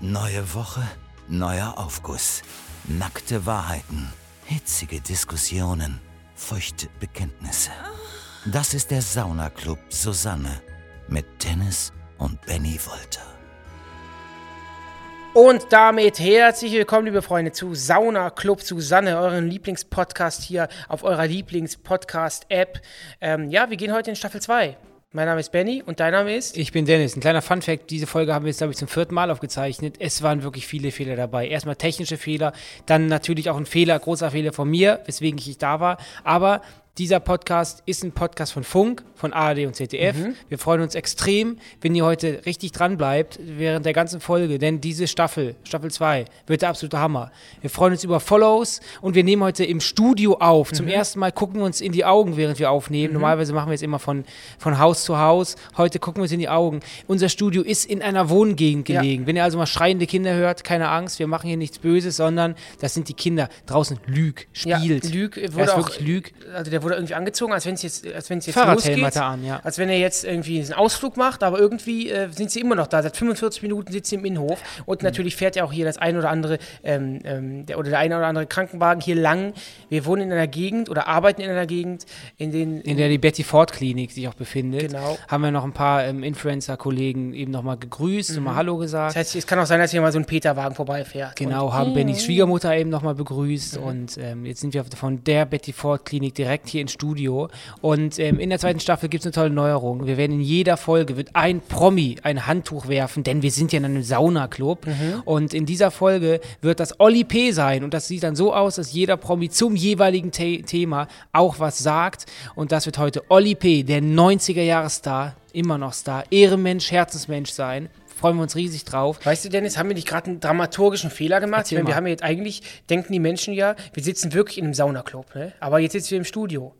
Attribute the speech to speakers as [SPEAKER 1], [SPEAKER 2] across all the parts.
[SPEAKER 1] Neue Woche, neuer Aufguss. Nackte Wahrheiten, hitzige Diskussionen, feuchte Bekenntnisse. Das ist der Saunaclub Susanne mit Dennis und Benny Wolter.
[SPEAKER 2] Und damit herzlich willkommen, liebe Freunde, zu Sauna Club Susanne, eurem Lieblingspodcast hier auf eurer Lieblingspodcast-App. Ähm, ja, wir gehen heute in Staffel 2. Mein Name ist Benny und dein Name ist.
[SPEAKER 3] Ich bin Dennis. Ein kleiner Funfact: Diese Folge haben wir jetzt, glaube ich, zum vierten Mal aufgezeichnet. Es waren wirklich viele Fehler dabei. Erstmal technische Fehler, dann natürlich auch ein Fehler, großer Fehler von mir, weswegen ich nicht da war. Aber dieser Podcast ist ein Podcast von Funk, von ARD und ZDF.
[SPEAKER 2] Mhm.
[SPEAKER 3] Wir freuen uns extrem, wenn ihr heute richtig dran bleibt während der ganzen Folge, denn diese Staffel, Staffel 2, wird der absolute Hammer. Wir freuen uns über Follows und wir nehmen heute im Studio auf.
[SPEAKER 2] Mhm.
[SPEAKER 3] Zum ersten Mal gucken wir uns in die Augen, während wir aufnehmen. Normalerweise machen wir es immer von, von Haus zu Haus. Heute gucken wir uns in die Augen. Unser Studio ist in einer Wohngegend
[SPEAKER 2] Ja.
[SPEAKER 3] gelegen. Wenn ihr also mal schreiende Kinder hört, keine Angst, wir machen hier nichts Böses, sondern das sind die Kinder. Draußen Lüg spielt.
[SPEAKER 2] Lüg
[SPEAKER 3] Er
[SPEAKER 2] wurde
[SPEAKER 3] ist
[SPEAKER 2] auch-
[SPEAKER 3] wirklich Lüg.
[SPEAKER 2] Also der wurde irgendwie angezogen, als wenn es jetzt, als wenn es jetzt
[SPEAKER 3] Fahrradhelm
[SPEAKER 2] losgeht.
[SPEAKER 3] hat er an, ja.
[SPEAKER 2] Als wenn er jetzt irgendwie einen Ausflug macht, aber irgendwie äh, sind sie immer noch da. Seit 45 Minuten sitzen sie im Innenhof
[SPEAKER 3] Mhm.
[SPEAKER 2] und natürlich fährt ja auch hier das ein oder andere ähm, ähm, der, oder der eine oder andere Krankenwagen hier lang. Wir wohnen in einer Gegend oder arbeiten in einer Gegend, in den
[SPEAKER 3] in der die Betty Ford Klinik sich auch befindet,
[SPEAKER 2] Genau.
[SPEAKER 3] haben wir noch ein paar ähm, Influencer-Kollegen eben nochmal gegrüßt und mal Hallo gesagt.
[SPEAKER 2] das heißt, es kann auch sein, dass hier mal so ein Peterwagen vorbeifährt.
[SPEAKER 3] Genau, haben Bennys Schwiegermutter eben nochmal begrüßt und ähm, jetzt sind wir von der Betty Ford Klinik direkt hier ins Studio. Und ähm, in der zweiten Staffel gibt es eine tolle Neuerung. Wir werden in jeder Folge wird ein Promi ein Handtuch werfen, denn wir sind ja in einem Saunaclub. Und in dieser Folge wird das Olli P. sein und das sieht dann so aus, dass jeder Promi zum jeweiligen The Thema auch was sagt. Und das wird heute Olli P., der 90er-Jahre-Star, immer noch Star, Ehrenmensch, Herzensmensch sein. Freuen wir uns riesig drauf.
[SPEAKER 2] Weißt du, Dennis, haben wir nicht gerade einen dramaturgischen Fehler gemacht?
[SPEAKER 3] Erzähl
[SPEAKER 2] Denn wir
[SPEAKER 3] mal.
[SPEAKER 2] haben ja jetzt eigentlich, denken die Menschen ja, wir sitzen wirklich in einem Saunaclub, ne? Aber jetzt sitzen wir im Studio.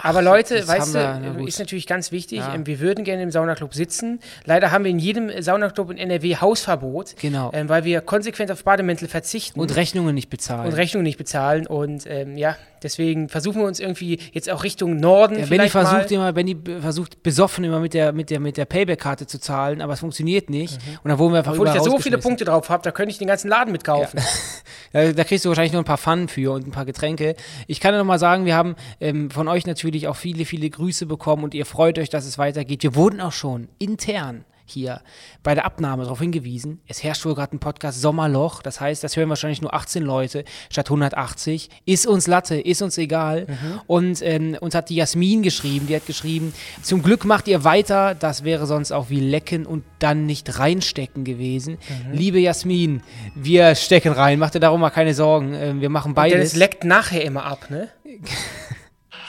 [SPEAKER 2] Aber Leute,
[SPEAKER 3] jetzt
[SPEAKER 2] weißt du,
[SPEAKER 3] haben wir- na gut.
[SPEAKER 2] ist natürlich ganz wichtig,
[SPEAKER 3] Ja.
[SPEAKER 2] ähm, wir würden gerne im Saunaclub sitzen. Leider haben wir in jedem äh, Saunaclub in NRW Hausverbot,
[SPEAKER 3] Genau.
[SPEAKER 2] ähm, weil wir konsequent auf Bademäntel verzichten
[SPEAKER 3] Und Rechnungen nicht bezahlen.
[SPEAKER 2] Mhm. und Rechnungen nicht bezahlen. Und ähm, ja, deswegen versuchen wir uns irgendwie jetzt auch Richtung Norden
[SPEAKER 3] Ja, Benny
[SPEAKER 2] vielleicht mal.
[SPEAKER 3] versucht immer, Benny be- versucht besoffen immer mit der, mit der, mit der Payback-Karte zu zahlen, aber es funktioniert nicht. Und dann wurden wir einfach
[SPEAKER 2] Mhm. Obwohl ich da so
[SPEAKER 3] überall
[SPEAKER 2] viele
[SPEAKER 3] rausgeschmissen.
[SPEAKER 2] Punkte drauf habe, da könnte ich den ganzen Laden mitkaufen.
[SPEAKER 3] Da, da kriegst du wahrscheinlich nur ein paar Pfannen für und ein paar Getränke. Ich kann ja noch mal sagen, wir haben ähm, von euch natürlich auch viele, viele Grüße bekommen und ihr freut euch, dass es weitergeht. Wir wurden auch schon intern hier bei der Abnahme darauf hingewiesen. Es herrscht wohl gerade ein Podcast Sommerloch. Das heißt, das hören wahrscheinlich nur 18 Leute statt 180. Ist uns Latte, ist uns egal.
[SPEAKER 2] Mhm.
[SPEAKER 3] Und ähm, uns hat die Jasmin geschrieben, die hat geschrieben, zum Glück macht ihr weiter. Das wäre sonst auch wie lecken und dann nicht reinstecken gewesen.
[SPEAKER 2] Mhm.
[SPEAKER 3] Liebe Jasmin, wir stecken rein. Mach dir darum mal keine Sorgen. Ähm, wir machen
[SPEAKER 2] Dennis
[SPEAKER 3] beides.
[SPEAKER 2] leckt nachher immer ab, ne?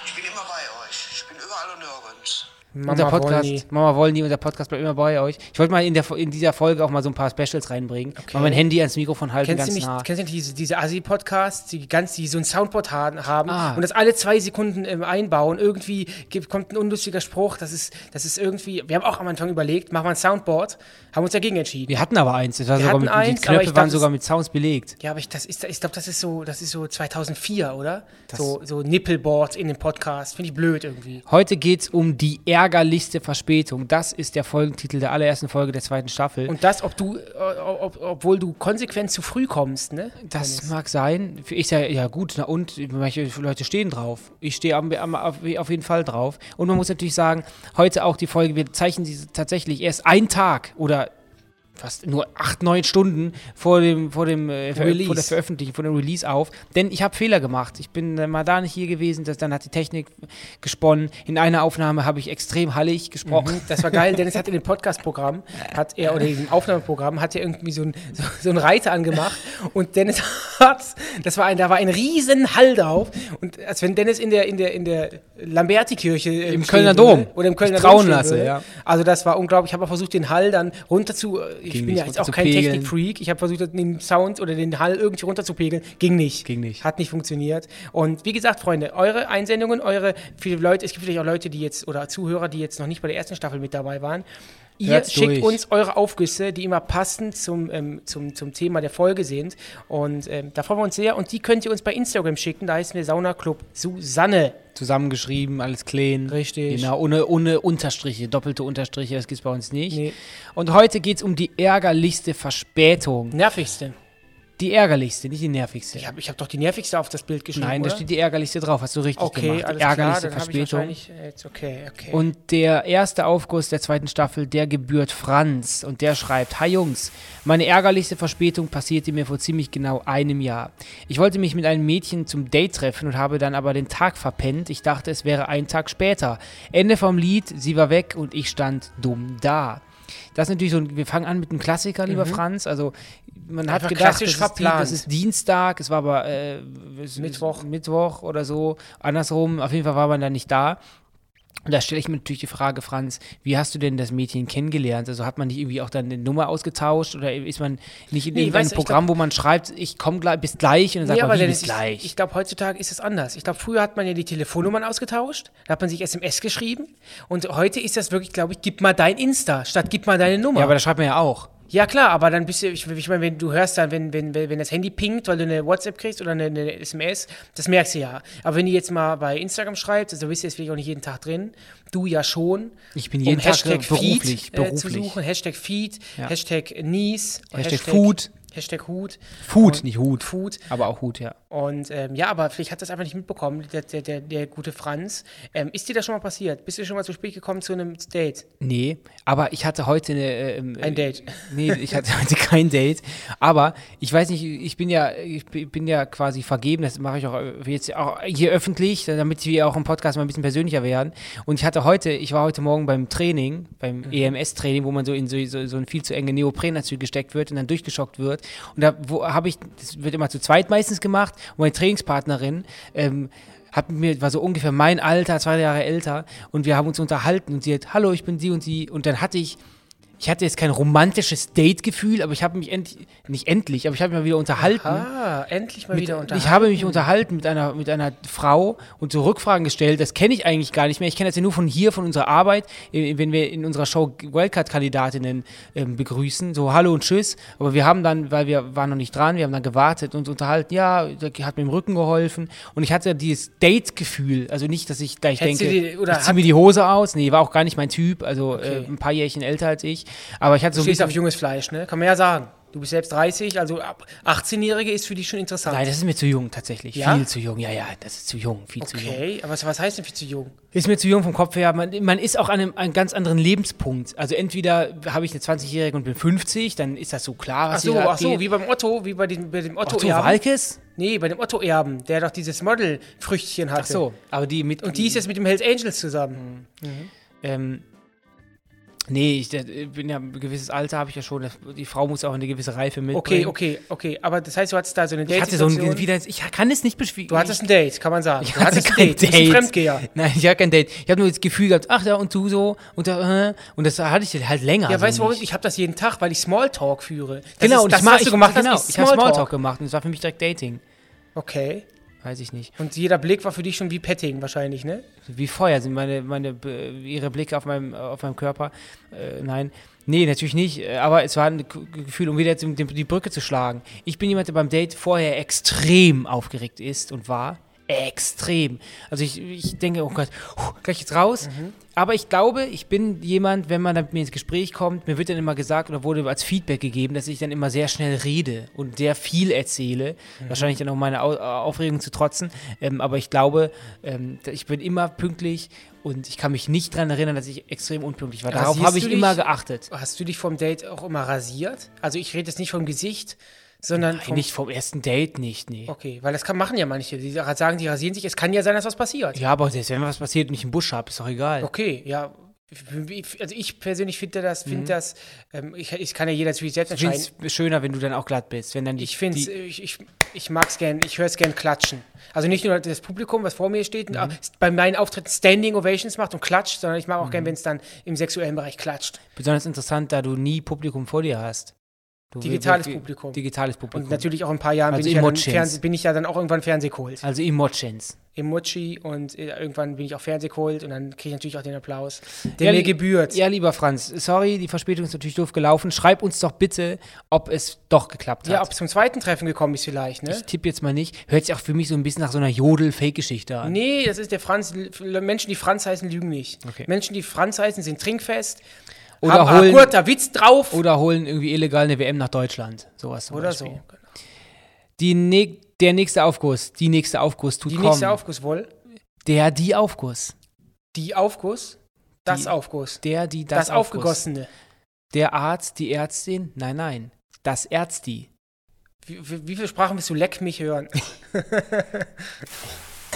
[SPEAKER 4] Ich bin immer bei euch. Ich bin überall und nirgends.
[SPEAKER 3] Unser
[SPEAKER 2] Mama
[SPEAKER 3] Podcast,
[SPEAKER 2] Bonnie.
[SPEAKER 3] Mama Wollny, unser Podcast bleibt immer bei euch. Ich wollte mal in, der, Fo- in dieser Folge auch mal so ein paar Specials reinbringen. Mal mein Handy ans Mikrofon halten,
[SPEAKER 2] Kennst
[SPEAKER 3] ganz
[SPEAKER 2] du, nicht,
[SPEAKER 3] nah.
[SPEAKER 2] kennst du nicht diese, diese Assi-Podcasts, die ganz, die so ein Soundboard ha- haben
[SPEAKER 3] Ah.
[SPEAKER 2] und das alle zwei Sekunden ähm, einbauen? Irgendwie gibt, kommt ein unlustiger Spruch, das ist, das ist irgendwie, wir haben auch am Anfang überlegt, machen wir ein Soundboard, haben uns dagegen entschieden.
[SPEAKER 3] Wir hatten aber eins. Das war
[SPEAKER 2] Wir
[SPEAKER 3] sogar
[SPEAKER 2] hatten
[SPEAKER 3] mit,
[SPEAKER 2] eins,
[SPEAKER 3] die
[SPEAKER 2] aber ich
[SPEAKER 3] Knöpfe
[SPEAKER 2] dachte,
[SPEAKER 3] waren
[SPEAKER 2] es-
[SPEAKER 3] sogar mit Sounds belegt.
[SPEAKER 2] Ja, aber ich, das ist, ich glaube, das ist so, das ist so 2004, oder? So, so Nippelboards in dem Podcast, finde ich blöd irgendwie.
[SPEAKER 3] Heute geht es um die ärgerlichste Verspätung. Das ist der Folgentitel der allerersten Folge der zweiten Staffel.
[SPEAKER 2] Und das, ob du, äh, ob, obwohl du konsequent zu früh kommst, ne?
[SPEAKER 3] das mag sein. Ich sage, ja gut, na und, manche Leute stehen drauf. Ich stehe am, am, auf auf jeden Fall drauf. Und man muss natürlich sagen, heute auch die Folge, wir zeichnen sie tatsächlich erst einen Tag oder fast nur acht, neun Stunden vor dem, vor dem äh, Ver
[SPEAKER 2] Release.
[SPEAKER 3] Vor der Veröffentlichung, vor dem Release auf. Denn ich habe Fehler gemacht. Ich bin äh, mal da nicht hier gewesen, das, dann hat die Technik gesponnen. In einer Aufnahme habe ich extrem hallig gesprochen.
[SPEAKER 2] Das war geil. Dennis hat in dem Podcast-Programm, hat er, oder in dem Aufnahmeprogramm, hat er irgendwie so einen so, so einen Reiter angemacht. Und Dennis hat, das war ein, da war ein riesen Hall drauf. Und als wenn Dennis in der, in der, in der Lamberti-Kirche. äh,
[SPEAKER 3] Im
[SPEAKER 2] stehen
[SPEAKER 3] Kölner
[SPEAKER 2] würde,
[SPEAKER 3] Dom.
[SPEAKER 2] Oder im Kölner
[SPEAKER 3] Ich
[SPEAKER 2] Dom.
[SPEAKER 3] trauen
[SPEAKER 2] stehen
[SPEAKER 3] lasse,
[SPEAKER 2] würde.
[SPEAKER 3] ja.
[SPEAKER 2] Also das war unglaublich. Ich habe auch versucht, den Hall dann runter zu, äh, ich bin
[SPEAKER 3] nicht,
[SPEAKER 2] ja jetzt
[SPEAKER 3] runter
[SPEAKER 2] auch
[SPEAKER 3] zu
[SPEAKER 2] kein
[SPEAKER 3] pegeln.
[SPEAKER 2] Technikfreak. Ich habe versucht, den Sound oder den Hall irgendwie runter zu pegeln. Ging nicht.
[SPEAKER 3] Ging nicht.
[SPEAKER 2] Hat nicht funktioniert. Und wie gesagt, Freunde, eure Einsendungen, eure viele Leute, es gibt vielleicht auch Leute, die jetzt oder Zuhörer, die jetzt noch nicht bei der ersten Staffel mit dabei waren. Ihr
[SPEAKER 3] Hört's
[SPEAKER 2] schickt
[SPEAKER 3] durch.
[SPEAKER 2] uns eure Aufgüsse, die immer passend zum, ähm, zum, zum Thema der Folge sind. Und ähm, da freuen wir uns sehr. Und die könnt ihr uns bei Instagram schicken. Da heißen wir Sauna Club Susanne.
[SPEAKER 3] Zusammengeschrieben, alles clean.
[SPEAKER 2] Richtig.
[SPEAKER 3] Genau, ohne, ohne Unterstriche, doppelte Unterstriche, das gibt's bei uns nicht.
[SPEAKER 2] Nee.
[SPEAKER 3] Und heute geht's um die ärgerlichste Verspätung.
[SPEAKER 2] Nervigste.
[SPEAKER 3] Die ärgerlichste, nicht die nervigste.
[SPEAKER 2] Ich habe ich hab doch die nervigste auf das Bild geschrieben.
[SPEAKER 3] Nein,
[SPEAKER 2] oder?
[SPEAKER 3] da steht die ärgerlichste drauf, hast du richtig
[SPEAKER 2] Okay,
[SPEAKER 3] gemacht.
[SPEAKER 2] alles
[SPEAKER 3] die
[SPEAKER 2] klar.
[SPEAKER 3] ärgerlichste
[SPEAKER 2] Dann habe ich
[SPEAKER 3] Verspätung.
[SPEAKER 2] wahrscheinlich äh, jetzt okay, okay.
[SPEAKER 3] Und der erste Aufguss der zweiten Staffel, der gebührt Franz. Und der schreibt, Hi Jungs, meine ärgerlichste Verspätung passierte mir vor ziemlich genau einem Jahr. Ich wollte mich mit einem Mädchen zum Date treffen und habe dann aber den Tag verpennt. Ich dachte, es wäre ein Tag später. Ende vom Lied, sie war weg und ich stand dumm da. Das ist natürlich so, ein, wir fangen an mit einem Klassiker, lieber Franz. Also man hat
[SPEAKER 2] Mhm. Einfach
[SPEAKER 3] gedacht,
[SPEAKER 2] klassisch
[SPEAKER 3] das ist, die, das
[SPEAKER 2] verplant.
[SPEAKER 3] ist Dienstag, es war aber äh, es-
[SPEAKER 2] Mittwoch.
[SPEAKER 3] Mittwoch oder so, andersrum. Auf jeden Fall war man da nicht da. Und da stelle ich mir natürlich die Frage, Franz, wie hast du denn das Mädchen kennengelernt? Also hat man nicht irgendwie auch dann eine Nummer ausgetauscht oder ist man nicht in
[SPEAKER 2] Nee,
[SPEAKER 3] irgendeinem
[SPEAKER 2] weißt du, ich
[SPEAKER 3] Programm, wo man schreibt, ich komme gleich, bis gleich und dann sagt
[SPEAKER 2] Nee,
[SPEAKER 3] man,
[SPEAKER 2] aber
[SPEAKER 3] wie
[SPEAKER 2] Dennis,
[SPEAKER 3] bis
[SPEAKER 2] ich,
[SPEAKER 3] gleich?
[SPEAKER 2] ich glaube, heutzutage ist es anders. Ich glaube, früher hat man ja die Telefonnummern ausgetauscht, da hat man sich SMS geschrieben und heute ist das wirklich, glaube ich, gib mal dein Insta statt gib mal deine Nummer.
[SPEAKER 3] ja, aber da schreibt man ja auch.
[SPEAKER 2] Ja, klar, aber dann bist du, ich, ich meine, wenn du hörst dann, wenn, wenn, wenn wenn das Handy pingt, weil du eine WhatsApp kriegst oder eine, eine SMS, das merkst du ja. Aber wenn du jetzt mal bei Instagram schreibst, also bist du jetzt vielleicht auch nicht jeden Tag drin, du ja schon.
[SPEAKER 3] Ich bin jeden Tag äh, beruflich,
[SPEAKER 2] Um Feed, Äh, zu
[SPEAKER 3] beruflich.
[SPEAKER 2] suchen, Hashtag Feed,
[SPEAKER 3] Ja.
[SPEAKER 2] Hashtag Nies,
[SPEAKER 3] Hashtag Food.
[SPEAKER 2] Hashtag Hut.
[SPEAKER 3] Food,
[SPEAKER 2] Und-
[SPEAKER 3] nicht Hut.
[SPEAKER 2] Food.
[SPEAKER 3] Aber auch Hut, ja.
[SPEAKER 2] Und ähm, ja, aber vielleicht hat das einfach nicht mitbekommen, der, der, der, der gute Franz. Ähm, ist dir das schon mal passiert? Bist du schon mal zu spät gekommen zu einem Date?
[SPEAKER 3] Nee, aber ich hatte heute eine, äh, ähm,
[SPEAKER 2] Ein Date.
[SPEAKER 3] Nee, ich hatte heute kein Date. Aber ich weiß nicht, ich bin ja, ich bin ja quasi vergeben. Das mache ich auch äh, jetzt auch hier öffentlich, damit wir auch im Podcast mal ein bisschen persönlicher werden. Und ich hatte heute, ich war heute Morgen beim Training, beim EMS-Training, wo man so in so, so, so einen viel zu engen Neoprenanzug gesteckt wird und dann durchgeschockt wird. Und da wo habe ich, das wird immer zu zweit meistens gemacht. Und meine Trainingspartnerin, ähm, hat mit mir, war so ungefähr mein Alter, zwei Jahre älter, und wir haben uns unterhalten und sie hat, hallo, ich bin die und die, und dann hatte ich ich hatte jetzt kein romantisches Date-Gefühl, aber ich habe mich endlich, nicht endlich, aber ich habe mich mal wieder unterhalten.
[SPEAKER 2] Ah, endlich mal
[SPEAKER 3] Hm? Mit,
[SPEAKER 2] wieder unterhalten.
[SPEAKER 3] Ich habe mich unterhalten mit einer, mit einer Frau und so Rückfragen gestellt. Das kenne ich eigentlich gar nicht mehr. Ich kenne das ja nur von hier, von unserer Arbeit, äh, wenn wir in unserer Show Wildcard-Kandidatinnen ähm, begrüßen. So Hallo und Tschüss. Aber wir haben dann, weil wir waren noch nicht dran, wir haben dann gewartet und uns unterhalten. Ja, der hat mir im Rücken geholfen. Und ich hatte dieses Date-Gefühl. Also nicht, dass ich gleich
[SPEAKER 2] Hättest du
[SPEAKER 3] denke,
[SPEAKER 2] die- oder
[SPEAKER 3] ich
[SPEAKER 2] hat-
[SPEAKER 3] ziehe mir die Hose aus. Nee, war auch gar nicht mein Typ. Also äh,
[SPEAKER 2] Okay.
[SPEAKER 3] ein paar Jährchen älter als ich. Aber ich hatte so
[SPEAKER 2] Du
[SPEAKER 3] ein
[SPEAKER 2] stehst
[SPEAKER 3] bisschen
[SPEAKER 2] auf junges Fleisch, ne? Kann man ja sagen. Du bist selbst 30, also ab 18-Jährige ist für dich schon interessant.
[SPEAKER 3] Nein, das ist mir zu jung tatsächlich.
[SPEAKER 2] Ja?
[SPEAKER 3] Viel zu jung. Ja, ja, das ist zu jung. Viel zu jung.
[SPEAKER 2] okay, aber was, was heißt denn viel zu jung?
[SPEAKER 3] Ist mir zu jung vom Kopf her. Man, man ist auch an einem, einem ganz anderen Lebenspunkt. Also entweder habe ich eine 20-Jährige und bin 50, dann ist das so klar, was
[SPEAKER 2] Ach so,
[SPEAKER 3] hier
[SPEAKER 2] ach so,
[SPEAKER 3] abgeht.
[SPEAKER 2] wie beim Otto, wie bei dem, bei dem
[SPEAKER 3] Otto
[SPEAKER 2] Otto-Erben.
[SPEAKER 3] Walkes?
[SPEAKER 2] nee, bei dem Otto-Erben, der doch dieses Model-Früchtchen hatte.
[SPEAKER 3] Ach so, Mhm. aber die mit...
[SPEAKER 2] Und die ist jetzt mit dem Hells Angels zusammen.
[SPEAKER 3] Ähm, nee, ich äh, bin ja ein gewisses Alter, habe ich ja schon. Das, die Frau muss auch eine gewisse Reife
[SPEAKER 2] Okay,
[SPEAKER 3] mitbringen.
[SPEAKER 2] okay, okay. Aber das heißt, du hattest da so eine
[SPEAKER 3] Ich hatte so
[SPEAKER 2] Date-Situation.
[SPEAKER 3] ein... Wieder, ich kann es nicht beschwiegen.
[SPEAKER 2] Du hattest ein Date, kann man sagen.
[SPEAKER 3] Ich
[SPEAKER 2] du hattest ein Date. Du bist ein Fremdgeher.
[SPEAKER 3] Nein, ich hatte kein Date. Ich habe nur das Gefühl gehabt, ach ja, und du so, und da, äh, und das hatte ich halt länger.
[SPEAKER 2] Ja,
[SPEAKER 3] so
[SPEAKER 2] weißt du, warum?
[SPEAKER 3] nicht.
[SPEAKER 2] ich habe das jeden Tag, weil ich Smalltalk führe. Das
[SPEAKER 3] Genau,
[SPEAKER 2] ist
[SPEAKER 3] und
[SPEAKER 2] das,
[SPEAKER 3] ich mach,
[SPEAKER 2] was du gemacht
[SPEAKER 3] ich, genau,
[SPEAKER 2] hast, ist
[SPEAKER 3] ich habe
[SPEAKER 2] Smalltalk.
[SPEAKER 3] Smalltalk gemacht und es war für mich direkt Dating.
[SPEAKER 2] Okay.
[SPEAKER 3] Weiß ich nicht.
[SPEAKER 2] Und jeder Blick war für dich schon wie Petting wahrscheinlich, ne?
[SPEAKER 3] Wie Feuer sind meine, meine, äh, ihre Blicke auf meinem, auf meinem Körper. Äh, nein. Nee, natürlich nicht, äh, aber es war ein G- Gefühl, um wieder zum, die Brücke zu schlagen. Ich bin jemand, der beim Date vorher extrem aufgeregt ist und war. Extrem. Also ich, ich denke, oh Gott, puh, gleich jetzt raus. Aber ich glaube, ich bin jemand, wenn man dann mit mir ins Gespräch kommt, mir wird dann immer gesagt oder wurde als Feedback gegeben, dass ich dann immer sehr schnell rede und sehr viel erzähle.
[SPEAKER 2] Mhm.
[SPEAKER 3] Wahrscheinlich dann auch um meine Au äh, Aufregung zu trotzen. Ähm, aber ich glaube, ähm, ich bin immer pünktlich und ich kann mich nicht daran erinnern, dass ich extrem unpünktlich war. Darauf
[SPEAKER 2] Rasierst
[SPEAKER 3] habe ich
[SPEAKER 2] du dich?
[SPEAKER 3] immer geachtet.
[SPEAKER 2] Hast du dich vom Date auch immer rasiert? Also ich rede jetzt nicht vom Gesicht, sondern vom...
[SPEAKER 3] Nicht vom ersten Date, nicht, nee.
[SPEAKER 2] Okay, weil das kann, machen ja manche. Die sagen, die rasieren sich. Es kann ja sein, dass was passiert.
[SPEAKER 3] Ja, aber selbst wenn was passiert und ich einen Busch habe, ist doch egal.
[SPEAKER 2] Okay, ja. Also ich persönlich finde das, finde das, ähm, ich, ich kann ja jeder natürlich selbst
[SPEAKER 3] Mhm. Ich
[SPEAKER 2] entscheiden.
[SPEAKER 3] finde es schöner, wenn du dann auch glatt bist. Wenn dann die,
[SPEAKER 2] Ich finde
[SPEAKER 3] die-
[SPEAKER 2] ich, ich, ich mag's gern, ich höre es gern klatschen. Also nicht nur das Publikum, was vor mir
[SPEAKER 3] Mhm.
[SPEAKER 2] steht, auch bei meinen Auftritten Standing Ovations macht und klatscht, sondern ich
[SPEAKER 3] Mhm.
[SPEAKER 2] mag auch gern, wenn es dann im sexuellen Bereich klatscht.
[SPEAKER 3] Besonders interessant, da du nie Publikum vor dir hast. Du-
[SPEAKER 2] Digitales
[SPEAKER 3] wir- wir-
[SPEAKER 2] Publikum.
[SPEAKER 3] Digitales Publikum.
[SPEAKER 2] Und natürlich auch in ein paar Jahren
[SPEAKER 3] Also
[SPEAKER 2] bin, ich ja dann
[SPEAKER 3] Emojis.
[SPEAKER 2] Fernseh, bin ich ja dann auch irgendwann Fernsehkult.
[SPEAKER 3] also Emotions.
[SPEAKER 2] Emoji und äh, irgendwann bin ich auch Fernsehkult und dann kriege ich natürlich auch den Applaus, der
[SPEAKER 3] Ja,
[SPEAKER 2] mir
[SPEAKER 3] li-
[SPEAKER 2] gebührt.
[SPEAKER 3] Ja, lieber Franz, sorry, die Verspätung ist natürlich doof gelaufen. Schreib uns doch bitte, ob es doch geklappt hat.
[SPEAKER 2] Ja, ob es zum zweiten Treffen gekommen ist vielleicht, ne?
[SPEAKER 3] ich tippe jetzt mal nicht. Hört sich auch für mich so ein bisschen nach so einer Jodel-Fake-Geschichte an.
[SPEAKER 2] Nee, das ist der Franz. Menschen, die Franz heißen, lügen nicht.
[SPEAKER 3] Okay.
[SPEAKER 2] Menschen, die Franz heißen, sind trinkfest.
[SPEAKER 3] Oder
[SPEAKER 2] haben einen
[SPEAKER 3] holen-
[SPEAKER 2] guter Witz drauf.
[SPEAKER 3] Oder holen irgendwie illegal eine WM nach Deutschland. Sowas zum
[SPEAKER 2] Oder so.
[SPEAKER 3] Beispiel.
[SPEAKER 2] Genau.
[SPEAKER 3] Die ne der nächste Aufguss, die nächste Aufguss tut
[SPEAKER 2] Die
[SPEAKER 3] kommen.
[SPEAKER 2] nächste Aufguss wohl.
[SPEAKER 3] der, die Aufguss.
[SPEAKER 2] Die Aufguss. Das
[SPEAKER 3] Die-
[SPEAKER 2] Aufguss.
[SPEAKER 3] Der, die, das,
[SPEAKER 2] Das,
[SPEAKER 3] Aufguss.
[SPEAKER 2] Aufgegossene.
[SPEAKER 3] Der Arzt, die Ärztin, nein, nein. Das Ärzti.
[SPEAKER 2] Wie, wie, wie viele Sprachen willst du leck mich hören?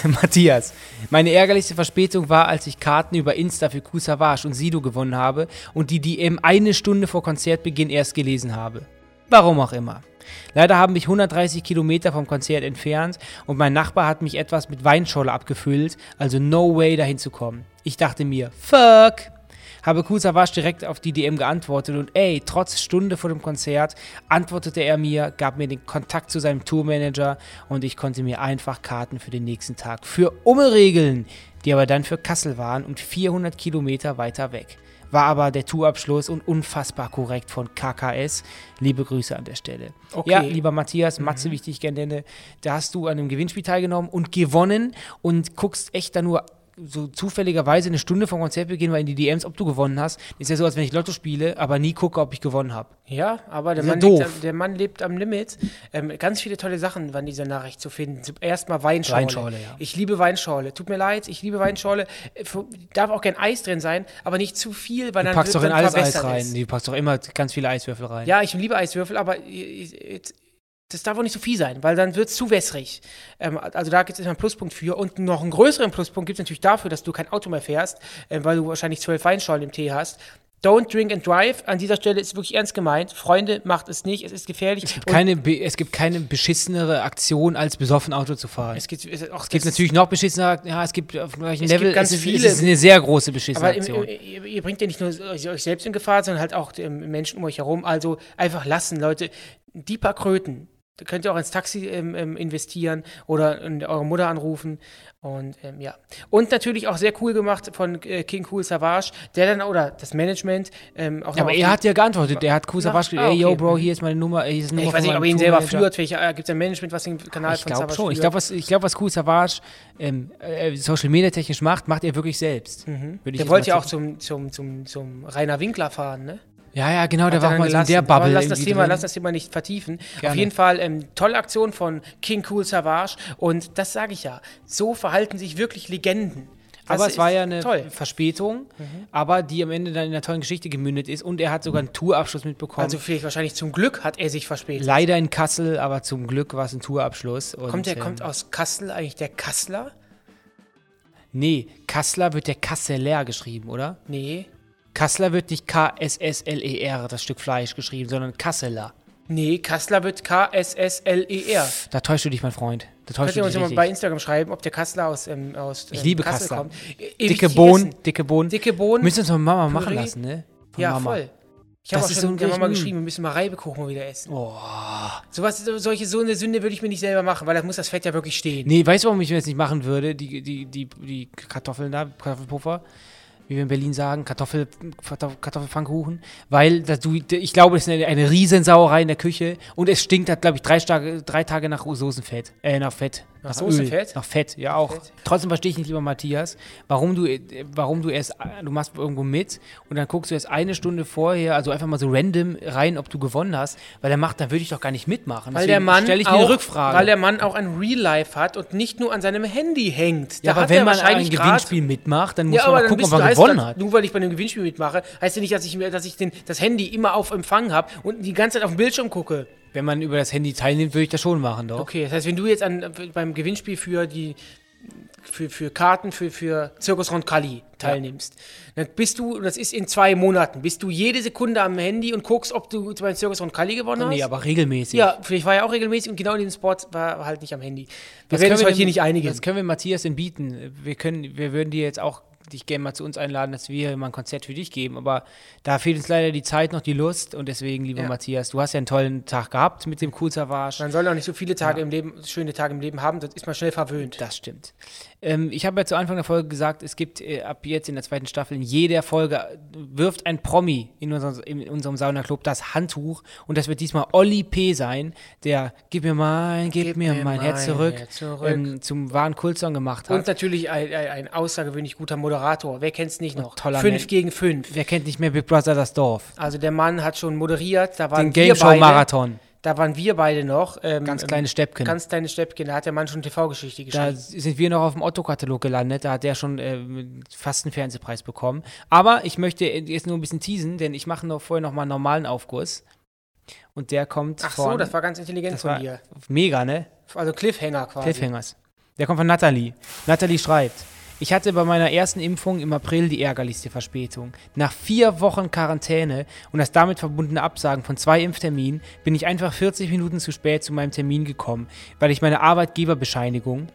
[SPEAKER 3] Matthias, meine ärgerlichste Verspätung war, als ich Karten über Insta für Kusavage und Sido gewonnen habe und die DM eine Stunde vor Konzertbeginn erst gelesen habe. Warum auch immer. Leider haben mich 130 Kilometer vom Konzert entfernt und mein Nachbar hat mich etwas mit Weinscholle abgefüllt, also no way dahin zu kommen. Ich dachte mir, fuck! Habe Kusavage direkt auf die DM geantwortet und ey, trotz Stunde vor dem Konzert antwortete er mir, gab mir den Kontakt zu seinem Tourmanager und ich konnte mir einfach Karten für den nächsten Tag für Umme regeln, die aber dann für Kassel waren und 400 Kilometer weiter weg. War aber der Tourabschluss und unfassbar korrekt von KKS. Liebe Grüße an der Stelle.
[SPEAKER 2] Okay.
[SPEAKER 3] Ja, lieber Matthias,
[SPEAKER 2] Mhm.
[SPEAKER 3] Matze, wie ich dich gerne nenne, da hast du an einem Gewinnspiel teilgenommen und gewonnen und guckst echt da nur so zufälligerweise eine Stunde vom Konzertbeginn mal in die DMs, ob du gewonnen hast. Ist ja so, als wenn ich Lotto spiele, aber nie gucke, ob ich gewonnen habe.
[SPEAKER 2] Ja, aber der
[SPEAKER 3] Ist ja
[SPEAKER 2] Mann, lebt
[SPEAKER 3] doof.
[SPEAKER 2] am, der Mann lebt am Limit. Ähm, ganz viele tolle Sachen waren in dieser Nachricht zu finden. Zuerst mal Weinschorle.
[SPEAKER 3] Weinschorle, ja.
[SPEAKER 2] Ich liebe Weinschorle. Tut mir leid, ich liebe Weinschorle. Äh, für- Darf auch gern Eis drin sein, aber nicht zu viel, weil
[SPEAKER 3] Du
[SPEAKER 2] dann
[SPEAKER 3] packst
[SPEAKER 2] wird
[SPEAKER 3] doch in
[SPEAKER 2] dann
[SPEAKER 3] alles Eis
[SPEAKER 2] verwässert
[SPEAKER 3] rein.
[SPEAKER 2] es.
[SPEAKER 3] Du packst doch immer ganz viele Eiswürfel rein.
[SPEAKER 2] Ja, ich liebe Eiswürfel, aber i- i- it- das darf auch nicht so viel sein, weil dann wird es zu wässrig. Ähm, also da gibt es immer einen Pluspunkt für. Und noch einen größeren Pluspunkt gibt es natürlich dafür, dass du kein Auto mehr fährst, ähm, weil du wahrscheinlich zwölf Weinschorlen im Tee hast. Don't drink and drive. An dieser Stelle ist wirklich ernst gemeint. Freunde, macht es nicht. Es ist gefährlich. Es gibt,
[SPEAKER 3] Keine, be- es gibt keine beschissenere Aktion, als besoffen Auto zu fahren. Es
[SPEAKER 2] es gibt, es, auch, es
[SPEAKER 3] gibt natürlich noch beschissenere, ja, es gibt auf dem gleichen
[SPEAKER 2] Es
[SPEAKER 3] Level,
[SPEAKER 2] gibt ganz
[SPEAKER 3] es, ist,
[SPEAKER 2] viele-
[SPEAKER 3] es ist eine sehr große beschissene
[SPEAKER 2] Aber im,
[SPEAKER 3] Aktion.
[SPEAKER 2] im, ihr, ihr bringt ja nicht nur euch euch selbst in Gefahr, sondern halt auch ähm, Menschen um euch herum. Also einfach lassen, Leute. Die paar Kröten. Da könnt ihr auch ins Taxi ähm, ähm, investieren oder in eure Mutter anrufen. Und ähm, ja. Und natürlich auch sehr cool gemacht von äh, King Cool Savage, der dann, oder das Management, ähm, auch
[SPEAKER 3] Ja,
[SPEAKER 2] noch auf
[SPEAKER 3] aber er
[SPEAKER 2] die-
[SPEAKER 3] hat ja geantwortet. Er hat Kusa
[SPEAKER 2] Na,
[SPEAKER 3] Wasch
[SPEAKER 2] ah,
[SPEAKER 3] ey, yo,
[SPEAKER 2] okay.
[SPEAKER 3] Bro, hier ist meine Nummer. Hier ist eine Nummer
[SPEAKER 2] ich weiß
[SPEAKER 3] von
[SPEAKER 2] nicht, ob er
[SPEAKER 3] meinem
[SPEAKER 2] ihn selber
[SPEAKER 3] Tourmanager.
[SPEAKER 2] führt. Welche, äh, gibt es ein Management, was den Kanal
[SPEAKER 3] Ich
[SPEAKER 2] von
[SPEAKER 3] glaube
[SPEAKER 2] Savage
[SPEAKER 3] schon.
[SPEAKER 2] führt?
[SPEAKER 3] Ich glaube, was, ich glaub, was Kusa Wasch ähm, äh, social media technisch macht, macht er wirklich selbst. Mhm.
[SPEAKER 2] der wollte ja auch zum, zum, zum, zum Rainer Winkler fahren, ne?
[SPEAKER 3] Ja, ja, genau,
[SPEAKER 2] Hat
[SPEAKER 3] der
[SPEAKER 2] er
[SPEAKER 3] war auch
[SPEAKER 2] dann
[SPEAKER 3] mal so in
[SPEAKER 2] gelassen.
[SPEAKER 3] der
[SPEAKER 2] Aber
[SPEAKER 3] Bubble.
[SPEAKER 2] Lass das,
[SPEAKER 3] irgendwie
[SPEAKER 2] Thema,
[SPEAKER 3] drin.
[SPEAKER 2] lass das Thema nicht vertiefen.
[SPEAKER 3] Gerne.
[SPEAKER 2] Auf jeden Fall ähm, tolle Aktion von King Cool Savage. Und das sage ich ja. So verhalten sich wirklich Legenden. Das
[SPEAKER 3] aber es war
[SPEAKER 2] ist
[SPEAKER 3] ja eine
[SPEAKER 2] Toll. Mhm.
[SPEAKER 3] Verspätung, aber die am Ende dann in einer tollen Geschichte gemündet ist. Und er hat sogar einen Tourabschluss mitbekommen.
[SPEAKER 2] Also vielleicht wahrscheinlich zum Glück hat er sich verspätet.
[SPEAKER 3] Leider in Kassel, aber zum Glück war es ein Tourabschluss. Und,
[SPEAKER 2] kommt der
[SPEAKER 3] ähm,
[SPEAKER 2] kommt aus Kassel eigentlich der Kassler?
[SPEAKER 3] Nee, Kassler wird der Kasseler geschrieben, oder?
[SPEAKER 2] Nee.
[SPEAKER 3] Kassler wird nicht K-S-S-L-E-R, E das Stück Fleisch, geschrieben, sondern Kasseler.
[SPEAKER 2] Nee, Kassler wird K-S-S-L-E-R.
[SPEAKER 3] Da täuschst du dich, mein Freund. Da täuschst
[SPEAKER 2] E Könnt
[SPEAKER 3] du
[SPEAKER 2] ihr
[SPEAKER 3] dich
[SPEAKER 2] uns mal
[SPEAKER 3] richtig.
[SPEAKER 2] bei Instagram schreiben, ob der Kassler aus, ähm, aus
[SPEAKER 3] ich
[SPEAKER 2] ähm,
[SPEAKER 3] liebe
[SPEAKER 2] Kassel
[SPEAKER 3] Kassler.
[SPEAKER 2] kommt. E- ewig
[SPEAKER 3] Dicke
[SPEAKER 2] gegessen.
[SPEAKER 3] Bohnen, dicke Bohnen.
[SPEAKER 2] Dicke Bohnen.
[SPEAKER 3] Müssen wir uns von Mama machen
[SPEAKER 2] Püree.
[SPEAKER 3] lassen, ne? Von
[SPEAKER 2] ja,
[SPEAKER 3] Mama.
[SPEAKER 2] voll. Ich habe
[SPEAKER 3] Das
[SPEAKER 2] auch schon
[SPEAKER 3] ist so Oh. ein
[SPEAKER 2] der Mama
[SPEAKER 3] Gericht, mm.
[SPEAKER 2] geschrieben, wir müssen mal Reibekuchen mal wieder essen. Sowas, so, solche, so eine Sünde würde ich mir nicht selber machen, weil da muss das Fett ja wirklich stehen.
[SPEAKER 3] Nee, weißt du, warum ich das nicht machen würde? Die, die, die, die Kartoffeln da, Kartoffelpuffer, wie wir in Berlin sagen, Kartoffel, Kartoffel- Kartoffelpfannkuchen, weil das, du, ich glaube, es ist eine, eine Riesensauerei in der Küche und es stinkt, hat, glaube ich, drei Tage, drei Tage nach Soßenfett. Äh, nach Fett. Nach,
[SPEAKER 2] Soßenfett?
[SPEAKER 3] Öl, nach Fett, ja auch.
[SPEAKER 2] Fett.
[SPEAKER 3] Trotzdem verstehe ich nicht, lieber Matthias, warum du, äh, warum du erst, äh, du machst irgendwo mit und dann guckst du erst eine Stunde vorher, also einfach mal so random rein, ob du gewonnen hast, weil der macht, dann würde ich doch gar nicht mitmachen.
[SPEAKER 2] Weil der, Mann
[SPEAKER 3] stelle ich
[SPEAKER 2] auch,
[SPEAKER 3] eine Rückfrage.
[SPEAKER 2] weil der Mann auch ein Real Life hat und nicht nur an seinem Handy hängt. Da
[SPEAKER 3] Ja, aber
[SPEAKER 2] hat
[SPEAKER 3] wenn
[SPEAKER 2] er
[SPEAKER 3] man ein
[SPEAKER 2] wahrscheinlich grad-
[SPEAKER 3] Gewinnspiel mitmacht, dann muss
[SPEAKER 2] Ja, aber
[SPEAKER 3] man auch
[SPEAKER 2] dann
[SPEAKER 3] gucken,
[SPEAKER 2] bist
[SPEAKER 3] ob
[SPEAKER 2] du
[SPEAKER 3] man
[SPEAKER 2] heißt
[SPEAKER 3] gewonnen
[SPEAKER 2] dann,
[SPEAKER 3] hat.
[SPEAKER 2] Nur weil ich bei einem Gewinnspiel mitmache, heißt ja nicht, dass ich, mir- dass ich den, das Handy immer auf Empfang habe und die ganze Zeit auf den Bildschirm gucke.
[SPEAKER 3] Wenn man über das Handy teilnimmt, würde ich das schon machen, doch.
[SPEAKER 2] Okay, das heißt, wenn du jetzt an, beim Gewinnspiel für die für, für Karten für, für Zirkus Roncalli teilnimmst, dann bist du, und das ist in zwei Monaten, bist du jede Sekunde am Handy und guckst, ob du beim Zirkus Roncalli gewonnen hast?
[SPEAKER 3] Nee, aber regelmäßig.
[SPEAKER 2] ja, vielleicht war ja auch regelmäßig und genau in diesem Sport war er halt nicht am Handy. Wir
[SPEAKER 3] Was
[SPEAKER 2] werden
[SPEAKER 3] können
[SPEAKER 2] uns heute
[SPEAKER 3] denn-
[SPEAKER 2] hier nicht einigen.
[SPEAKER 3] Was können wir Matthias denn bieten? Wir, können, wir würden dir jetzt auch dich gerne mal zu uns einladen, dass wir hier mal ein Konzert für dich geben. Aber da fehlt uns leider die Zeit noch die Lust und deswegen, lieber
[SPEAKER 2] Ja.
[SPEAKER 3] Matthias, du hast ja einen tollen Tag gehabt mit dem Cool Savage.
[SPEAKER 2] Man soll auch nicht so viele Tage im Leben, schöne Tage im Leben haben, sonst ist man schnell verwöhnt.
[SPEAKER 3] Das stimmt. Ähm, ich habe ja zu Anfang der Folge gesagt, es gibt äh, ab jetzt in der zweiten Staffel in jeder Folge äh, wirft ein Promi in, unser, in unserem Saunaclub das Handtuch und das wird diesmal Olli P. sein, der Gib mir mein, gib, mir mein, Herz zurück,
[SPEAKER 2] Herz zurück.
[SPEAKER 3] Ähm, zum wahren Kultsong gemacht hat.
[SPEAKER 2] Und natürlich ein, ein, ein außergewöhnlich guter Moderator. Wer kennt's nicht noch?
[SPEAKER 3] toller
[SPEAKER 2] fünf
[SPEAKER 3] Mensch.
[SPEAKER 2] gegen fünf.
[SPEAKER 3] Wer kennt nicht mehr Big Brother das Dorf?
[SPEAKER 2] Also der Mann hat schon moderiert. Da waren
[SPEAKER 3] Den
[SPEAKER 2] wir
[SPEAKER 3] Game Show
[SPEAKER 2] beide-
[SPEAKER 3] Marathon.
[SPEAKER 2] Da waren wir beide noch. ähm,
[SPEAKER 3] Ganz
[SPEAKER 2] ähm,
[SPEAKER 3] kleine Steppken.
[SPEAKER 2] Ganz kleine Steppchen. Da hat der Mann schon TV-Geschichte
[SPEAKER 3] Da
[SPEAKER 2] geschrieben.
[SPEAKER 3] sind wir noch auf dem Otto-Katalog gelandet. Da hat der schon äh, fast einen Fernsehpreis bekommen. Aber ich möchte jetzt nur ein bisschen teasen, denn ich mache noch vorher noch mal einen normalen Aufguss. Und der kommt
[SPEAKER 2] Ach
[SPEAKER 3] von.
[SPEAKER 2] so, das war ganz intelligent
[SPEAKER 3] das
[SPEAKER 2] von
[SPEAKER 3] war
[SPEAKER 2] dir.
[SPEAKER 3] mega, ne?
[SPEAKER 2] Also Cliffhanger quasi.
[SPEAKER 3] Cliffhangers. Der kommt von Nathalie. Nathalie schreibt: Ich hatte bei meiner ersten Impfung im April die ärgerlichste Verspätung. Nach vier Wochen Quarantäne und das damit verbundene Absagen von zwei Impfterminen bin ich einfach 40 Minuten zu spät zu meinem Termin gekommen, weil ich meine Arbeitgeberbescheinigung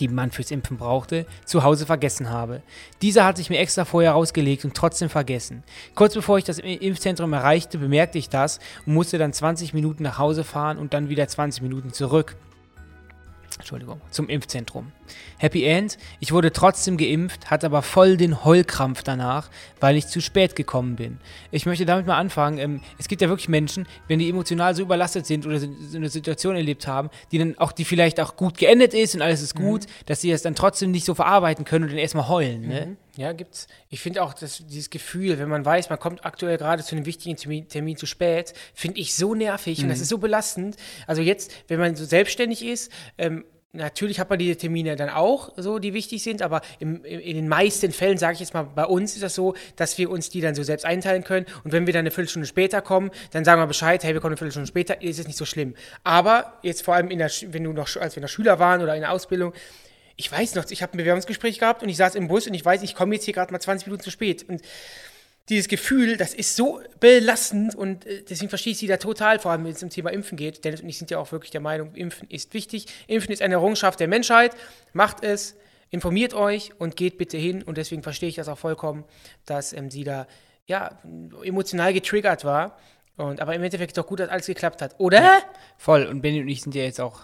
[SPEAKER 3] die man fürs Impfen brauchte, zu Hause vergessen habe. Diese hatte ich mir extra vorher rausgelegt und trotzdem vergessen. Kurz bevor ich das I- Impfzentrum erreichte, bemerkte ich das und musste dann 20 Minuten nach Hause fahren und dann wieder 20 Minuten zurück. Entschuldigung, zum Impfzentrum. Happy End, ich wurde trotzdem geimpft, hatte aber voll den Heulkrampf danach, weil ich zu spät gekommen bin. Ich möchte damit mal anfangen. Ähm, es gibt ja wirklich Menschen, wenn die emotional so überlastet sind oder so, so eine Situation erlebt haben, die dann auch, die vielleicht auch gut geendet ist und alles ist gut, dass sie das dann trotzdem nicht so verarbeiten können und dann erstmal heulen. Ne?
[SPEAKER 2] Ja, gibt's. Ich finde auch das, dieses Gefühl, wenn man weiß, man kommt aktuell gerade zu einem wichtigen Termin, Termin zu spät, finde ich so nervig
[SPEAKER 3] Mhm.
[SPEAKER 2] und das ist so belastend. Also jetzt, wenn man so selbstständig ist, ähm, natürlich hat man diese Termine dann auch, so die wichtig sind, aber im, im, in den meisten Fällen, sage ich jetzt mal, bei uns ist das so, dass wir uns die dann so selbst einteilen können und wenn wir dann eine Viertelstunde später kommen, dann sagen wir Bescheid, hey, wir kommen eine Viertelstunde später, ist es nicht so schlimm. Aber jetzt vor allem, in der, Sch- wenn du noch, als wir noch Schüler waren oder in der Ausbildung, ich weiß noch, ich habe ein Bewerbungsgespräch gehabt und ich saß im Bus und ich weiß, ich komme jetzt hier gerade mal 20 Minuten zu spät. Und dieses Gefühl, das ist so belastend und äh, deswegen verstehe ich sie da total, vor allem wenn es um Thema Impfen geht. Dennis und ich sind ja auch wirklich der Meinung, Impfen ist wichtig. Impfen ist eine Errungenschaft der Menschheit. Macht es, informiert euch und geht bitte hin. Und deswegen verstehe ich das auch vollkommen, dass ähm, sie da ja, emotional getriggert war. Und, aber im Endeffekt doch gut, dass alles geklappt hat, oder?
[SPEAKER 3] Voll. Und Benny und ich sind ja jetzt auch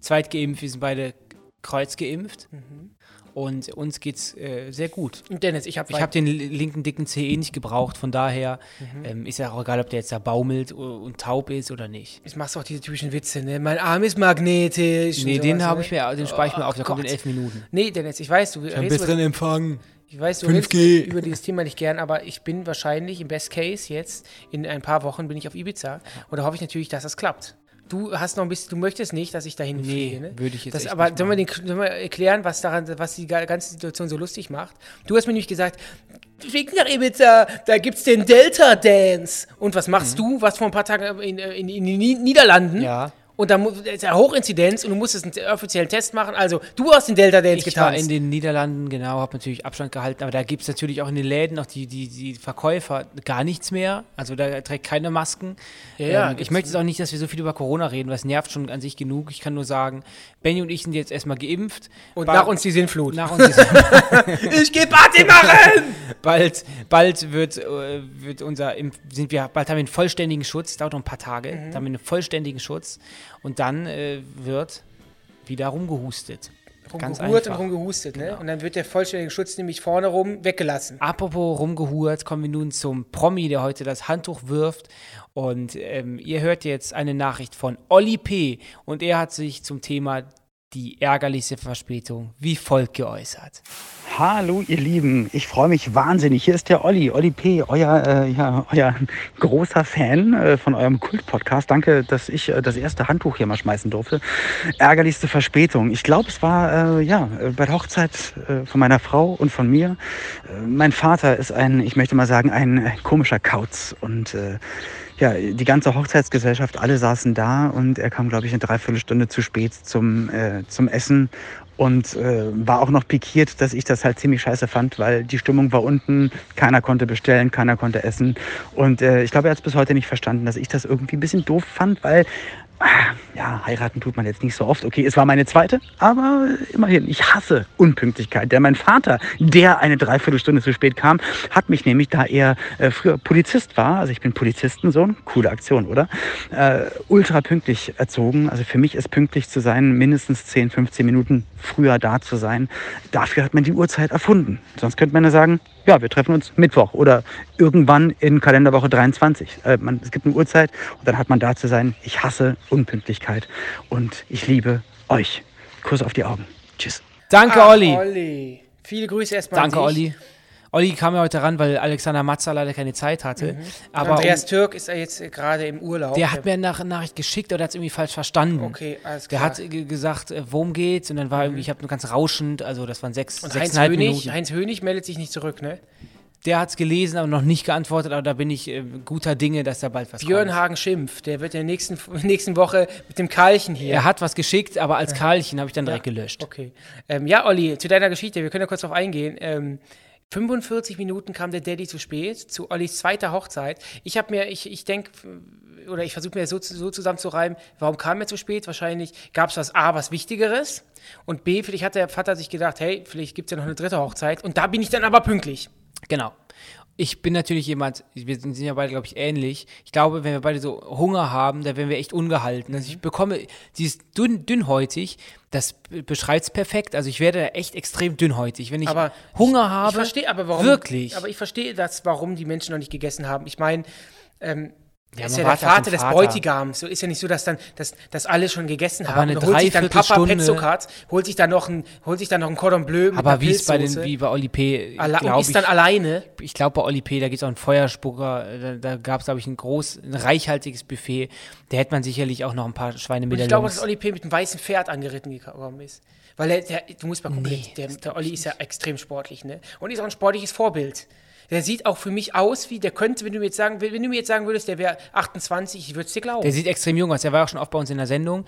[SPEAKER 3] zweitgeimpft, wir sind beide kreuzgeimpft.
[SPEAKER 2] Mhm.
[SPEAKER 3] Und uns geht's äh, sehr gut.
[SPEAKER 2] Und Dennis, ich habe
[SPEAKER 3] Ich habe den li- linken dicken Zeh eh nicht gebraucht, von daher
[SPEAKER 2] Mhm.
[SPEAKER 3] ähm, ist ja auch egal, ob der jetzt da baumelt o- und taub ist oder nicht.
[SPEAKER 2] Jetzt machst du auch diese typischen Witze, ne? Mein Arm ist magnetisch. und
[SPEAKER 3] Nee,
[SPEAKER 2] sowas,
[SPEAKER 3] den habe
[SPEAKER 2] ne?
[SPEAKER 3] ich mir, den speichere ich mir auf, der kommt in
[SPEAKER 2] Gott.
[SPEAKER 3] elf Minuten.
[SPEAKER 2] Nee, Dennis, ich weiß, du redest über,
[SPEAKER 3] Empfang.
[SPEAKER 2] ich weiß, du
[SPEAKER 3] 5G.
[SPEAKER 2] redest über dieses Thema nicht gern, aber ich bin wahrscheinlich im Best Case jetzt, in ein paar Wochen bin ich auf Ibiza und da hoffe ich natürlich, dass das klappt. Du hast noch ein bisschen, du möchtest nicht, dass ich dahin nee, fliege, ne?
[SPEAKER 3] würde ich jetzt
[SPEAKER 2] das,
[SPEAKER 3] echt
[SPEAKER 2] aber
[SPEAKER 3] nicht
[SPEAKER 2] sollen wir, den, sollen wir erklären, was daran, was die ga- ganze Situation so lustig macht? Du hast mir nämlich gesagt, flieg nach Ibiza, da gibt's den Delta Dance. Und was machst du? Was vor ein paar Tagen in, in, in den Nied- Niederlanden?
[SPEAKER 3] Mhm. Ja.
[SPEAKER 2] Und da mu- ist ja Hochinzidenz und du musstest einen offiziellen Test machen. Also, du hast den Delta Dance
[SPEAKER 3] Ich war
[SPEAKER 2] getanzt.
[SPEAKER 3] in den Niederlanden, genau, habe natürlich Abstand gehalten, aber da gibt es natürlich auch in den Läden auch die, die, die Verkäufer gar nichts mehr. Also da trägt keine Masken. Ähm,
[SPEAKER 2] ja,
[SPEAKER 3] ich
[SPEAKER 2] gibt's-
[SPEAKER 3] möchte jetzt auch nicht, dass wir so viel über Corona reden, weil es nervt schon an sich genug. Ich kann nur sagen, Benny und ich sind jetzt erstmal geimpft.
[SPEAKER 2] und
[SPEAKER 3] Ba-
[SPEAKER 2] nach uns die Sinnflut.
[SPEAKER 3] Nach uns ist
[SPEAKER 2] ich geh Party machen!
[SPEAKER 3] bald, bald wird, äh, wird unser Impf sind wir bald haben wir einen vollständigen Schutz, dauert noch ein paar Tage,
[SPEAKER 2] Mhm.
[SPEAKER 3] dann haben wir einen vollständigen Schutz und dann äh, wird wieder rumgehustet. Ganz
[SPEAKER 2] rumgehurt und
[SPEAKER 3] einfach. Genau.
[SPEAKER 2] rumgehustet, ne? Und dann wird der vollständige Schutz nämlich vorne rum weggelassen.
[SPEAKER 3] Apropos rumgehurt, kommen wir nun zum Promi, der heute das Handtuch wirft. Und ähm, ihr hört jetzt eine Nachricht von Olli P. Und er hat sich zum Thema die ärgerlichste Verspätung wie folgt geäußert.
[SPEAKER 5] Hallo ihr Lieben, ich freue mich wahnsinnig. Hier ist der Olli, Olli P., euer, äh, ja, euer großer Fan äh, von eurem Kult-Podcast. Danke, dass ich äh, das erste Handtuch hier mal schmeißen durfte. Ärgerlichste Verspätung. Ich glaube, es war äh, ja, äh, bei der Hochzeit äh, von meiner Frau und von mir. Äh, mein Vater ist ein, ich möchte mal sagen, ein äh, komischer Kauz. Und äh, ja, die ganze Hochzeitsgesellschaft, alle saßen da und er kam, glaube ich, eine Dreiviertelstunde zu spät zum, äh, zum Essen und äh, war auch noch pikiert, dass ich das halt ziemlich scheiße fand, weil die Stimmung war unten, keiner konnte bestellen, keiner konnte essen. Und äh, ich glaube, er hat es bis heute nicht verstanden, dass ich das irgendwie ein bisschen doof fand, weil ah, ja, heiraten tut man jetzt nicht so oft. Okay, es war meine zweite, aber immerhin, ich hasse Unpünktlichkeit. Denn mein Vater, der eine Dreiviertelstunde zu spät kam, hat mich nämlich, da er äh, früher Polizist war, also ich bin Polizistensohn, coole Aktion, oder? Äh, ultra pünktlich erzogen. Also für mich ist pünktlich zu sein, mindestens 10, 15 Minuten früher da zu sein. Dafür hat man die Uhrzeit erfunden. Sonst könnte man ja sagen, ja, wir treffen uns Mittwoch oder irgendwann in Kalenderwoche 23. Äh, man, es gibt eine Uhrzeit und dann hat man da zu sein. Ich hasse Unpünktlichkeit und ich liebe euch. Kuss auf die Augen. Tschüss.
[SPEAKER 3] Danke,
[SPEAKER 2] Ach,
[SPEAKER 3] Olli.
[SPEAKER 2] Ah, Olli. Viele Grüße erstmal. an
[SPEAKER 3] Danke,
[SPEAKER 2] dich.
[SPEAKER 3] Olli. Olli kam ja heute ran, weil Alexander Matzer leider keine Zeit hatte. Aber
[SPEAKER 2] Mhm.
[SPEAKER 3] um-
[SPEAKER 2] Andreas Türk ist ja jetzt gerade im Urlaub.
[SPEAKER 3] der hat mir eine Nach- Nachricht geschickt oder hat es irgendwie falsch verstanden.
[SPEAKER 2] Okay, alles
[SPEAKER 3] Der
[SPEAKER 2] klar. Mhm.
[SPEAKER 3] hat ge- gesagt, äh, worum geht's? Und dann war irgendwie, ich habe nur ganz rauschend, also das waren sechs,
[SPEAKER 2] Und Heinz
[SPEAKER 3] sechseinhalb Minuten.
[SPEAKER 2] Hönig, Heinz Hönig meldet sich nicht zurück, ne?
[SPEAKER 3] Der hat's gelesen, aber noch nicht geantwortet, aber da bin ich äh, guter Dinge, dass da bald was
[SPEAKER 2] Björn
[SPEAKER 3] kommt.
[SPEAKER 2] Hagen Schimpf, der wird in der nächsten, nächsten Woche mit dem Karlchen hier.
[SPEAKER 3] Er hat was geschickt, aber als Karlchen habe ich dann direkt gelöscht.
[SPEAKER 2] Okay. Ähm, ja, Olli, zu deiner Geschichte, wir können ja kurz drauf eingehen. Ähm, 45 Minuten kam der Daddy zu spät, zu Ollis zweiter Hochzeit. Ich habe mir, ich, ich denke, oder ich versuche mir das so, zu- so zusammenzureimen, warum kam er zu spät? Wahrscheinlich gab es was A, was Wichtigeres und B, vielleicht hat der Vater sich gedacht, hey, vielleicht gibt es ja noch eine dritte Hochzeit und da bin ich dann aber pünktlich.
[SPEAKER 3] Genau. Ich bin natürlich jemand, wir sind sind ja beide, glaube ich, ähnlich. Ich glaube, wenn wir beide so Hunger haben, dann werden wir echt ungehalten. Also ich
[SPEAKER 2] Mhm.
[SPEAKER 3] bekomme dieses dünn, dünnhäutig, das beschreibt es perfekt. Also ich werde echt extrem dünnhäutig. Wenn ich
[SPEAKER 2] Aber
[SPEAKER 3] Hunger
[SPEAKER 2] Ich
[SPEAKER 3] habe,
[SPEAKER 2] verstehe aber, warum.
[SPEAKER 3] wirklich.
[SPEAKER 2] Aber ich verstehe das, warum die Menschen noch nicht gegessen haben. Ich meine, ähm, der ist ja der
[SPEAKER 3] man wartet auf
[SPEAKER 2] Vater
[SPEAKER 3] den
[SPEAKER 2] des
[SPEAKER 3] Vater.
[SPEAKER 2] Bräutigams. So ist ja nicht so, dass dann, dass, dass alle schon gegessen haben.
[SPEAKER 3] eine
[SPEAKER 2] Dann holt sich dann Papa
[SPEAKER 3] Dreiviertelstunde-
[SPEAKER 2] Petzokat, holt sich dann noch ein, holt sich dann noch ein Cordon Bleu mit einer
[SPEAKER 3] aber wie es bei den,
[SPEAKER 2] Pilzsoße.
[SPEAKER 3] wie bei Oli P.
[SPEAKER 2] Alle-
[SPEAKER 3] glaub
[SPEAKER 2] und ist dann
[SPEAKER 3] ich-
[SPEAKER 2] alleine.
[SPEAKER 3] ich glaube, bei Oli P., da gibt es auch einen Feuerspucker, da, da gab es, glaube ich, ein groß, ein reichhaltiges Buffet. Da hätte man sicherlich auch noch ein paar
[SPEAKER 2] Und ich
[SPEAKER 3] Schweinemedaillons.
[SPEAKER 2] glaube, dass Olli P. mit einem weißen Pferd angeritten gekommen ist. Weil er, der, du musst mal gucken, der, der Olli ist ja extrem sportlich, ne? Und ist auch ein sportliches Vorbild. Der sieht auch für mich aus wie, der könnte, wenn du mir jetzt sagen, wenn du mir jetzt sagen würdest, der wäre 28, ich würde es dir glauben.
[SPEAKER 3] Der sieht extrem jung aus. Der war auch schon oft bei uns in der Sendung.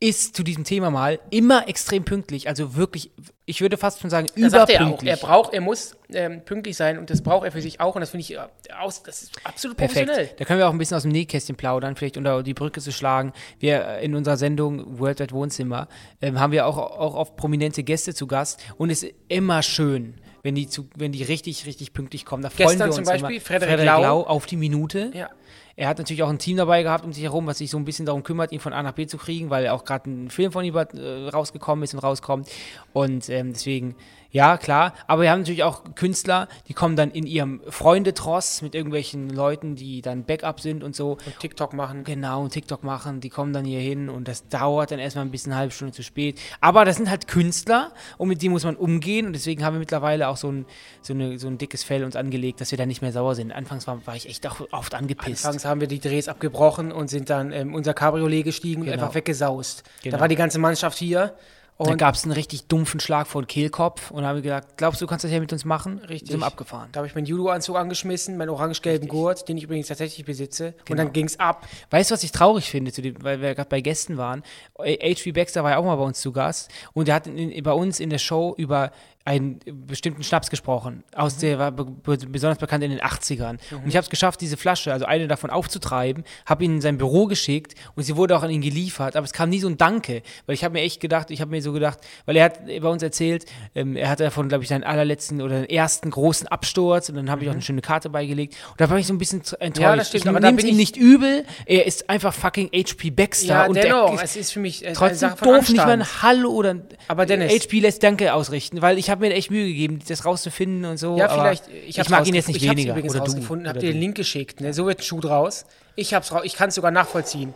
[SPEAKER 3] Ist zu diesem Thema mal immer extrem pünktlich. Also wirklich, ich würde fast schon sagen,
[SPEAKER 2] Da sagt er auch,
[SPEAKER 3] überpünktlich.
[SPEAKER 2] er braucht, er muss ähm, pünktlich sein und das braucht er für sich auch und das finde ich äh, aus, das ist absolut professionell.
[SPEAKER 3] Perfekt. Da können wir auch ein bisschen aus dem Nähkästchen plaudern, vielleicht unter die Brücke zu schlagen. Wir äh, in unserer Sendung Worldwide Wohnzimmer ähm, haben wir auch, auch oft prominente Gäste zu Gast und es ist immer schön, wenn die, zu, wenn die richtig, richtig pünktlich kommen. Da freuen
[SPEAKER 2] Gestern
[SPEAKER 3] wir uns
[SPEAKER 2] zum Beispiel
[SPEAKER 3] immer.
[SPEAKER 2] Frederik Lau.
[SPEAKER 3] auf die Minute.
[SPEAKER 2] Ja.
[SPEAKER 3] Er hat natürlich auch ein Team dabei gehabt um sich herum, was sich so ein bisschen darum kümmert, ihn von A nach B zu kriegen, weil auch gerade ein Film von ihm äh, rausgekommen ist und rauskommt. Und ähm, deswegen, ja, klar. Aber wir haben natürlich auch Künstler, die kommen dann in ihrem Freundetross mit irgendwelchen Leuten, die dann Backup sind und so.
[SPEAKER 2] TikTok machen.
[SPEAKER 3] Genau, und TikTok machen, die kommen dann hier hin und das dauert dann erstmal ein bisschen eine halbe Stunde zu spät. Aber das sind halt Künstler und mit denen muss man umgehen und deswegen haben wir mittlerweile auch so ein, so eine, so ein dickes Fell uns angelegt, dass wir da nicht mehr sauer sind. Anfangs war, war ich echt auch oft angepisst.
[SPEAKER 2] Anfangs haben wir die Drehs abgebrochen und sind dann ähm, unser Cabriolet gestiegen und
[SPEAKER 3] Genau.
[SPEAKER 2] einfach weggesaust.
[SPEAKER 3] Genau.
[SPEAKER 2] Da war die ganze Mannschaft hier
[SPEAKER 3] Dann
[SPEAKER 2] und
[SPEAKER 3] gab es einen richtig dumpfen Schlag vor den Kehlkopf und haben wir gesagt, glaubst du, kannst das hier mit uns machen?
[SPEAKER 2] Richtig.
[SPEAKER 3] Sind wir abgefahren.
[SPEAKER 2] da habe ich meinen Judo-Anzug angeschmissen, meinen orange-gelben Gurt, den ich übrigens tatsächlich besitze und
[SPEAKER 3] Genau.
[SPEAKER 2] dann ging es ab.
[SPEAKER 3] Weißt du, was ich traurig finde, zu dem, weil wir gerade bei Gästen waren? H.V. Baxter war ja auch mal bei uns zu Gast und der hat in, in, bei uns in der Show über einen bestimmten Schnaps gesprochen. Aus
[SPEAKER 2] Mhm.
[SPEAKER 3] der war be, be, besonders bekannt in den 80ern. Und ich habe es geschafft, diese Flasche, also eine davon aufzutreiben, habe ihn in sein Büro geschickt und sie wurde auch an ihn geliefert, aber es kam nie so ein Danke, weil ich habe mir echt gedacht, ich habe mir so gedacht, weil er hat bei uns erzählt, ähm, er hatte davon, glaube ich, seinen allerletzten oder den ersten großen Absturz und dann habe ich auch eine schöne Karte beigelegt und da war ich so ein bisschen tr- enttäuscht.
[SPEAKER 2] Mhm. Ja, das stimmt,
[SPEAKER 3] ich
[SPEAKER 2] aber da
[SPEAKER 3] nehm's
[SPEAKER 2] bin
[SPEAKER 3] ihm
[SPEAKER 2] ich-
[SPEAKER 3] nicht übel, er ist einfach fucking HP Baxter
[SPEAKER 2] Ja,
[SPEAKER 3] und
[SPEAKER 2] dennoch,
[SPEAKER 3] der
[SPEAKER 2] es ist für mich äh, eine
[SPEAKER 3] trotzdem
[SPEAKER 2] Sache von
[SPEAKER 3] doof, nicht mal
[SPEAKER 2] Anstand.
[SPEAKER 3] ein Hallo oder ein
[SPEAKER 2] Aber Dennis-
[SPEAKER 3] HP lässt Danke ausrichten, weil ich habe mir echt Mühe gegeben, das rauszufinden und so.
[SPEAKER 2] Ja,
[SPEAKER 3] aber
[SPEAKER 2] vielleicht. Ich,
[SPEAKER 3] Ich,
[SPEAKER 2] hab's
[SPEAKER 3] mag ihn jetzt
[SPEAKER 2] rausgef-
[SPEAKER 3] nicht
[SPEAKER 2] ich hab's
[SPEAKER 3] weniger.
[SPEAKER 2] übrigens
[SPEAKER 3] oder
[SPEAKER 2] rausgefunden,
[SPEAKER 3] du.
[SPEAKER 2] hab
[SPEAKER 3] Oder
[SPEAKER 2] dir den
[SPEAKER 3] du.
[SPEAKER 2] Link geschickt. Ne? So wird ein Schuh draus. Ich hab's raus. Ich kann es sogar nachvollziehen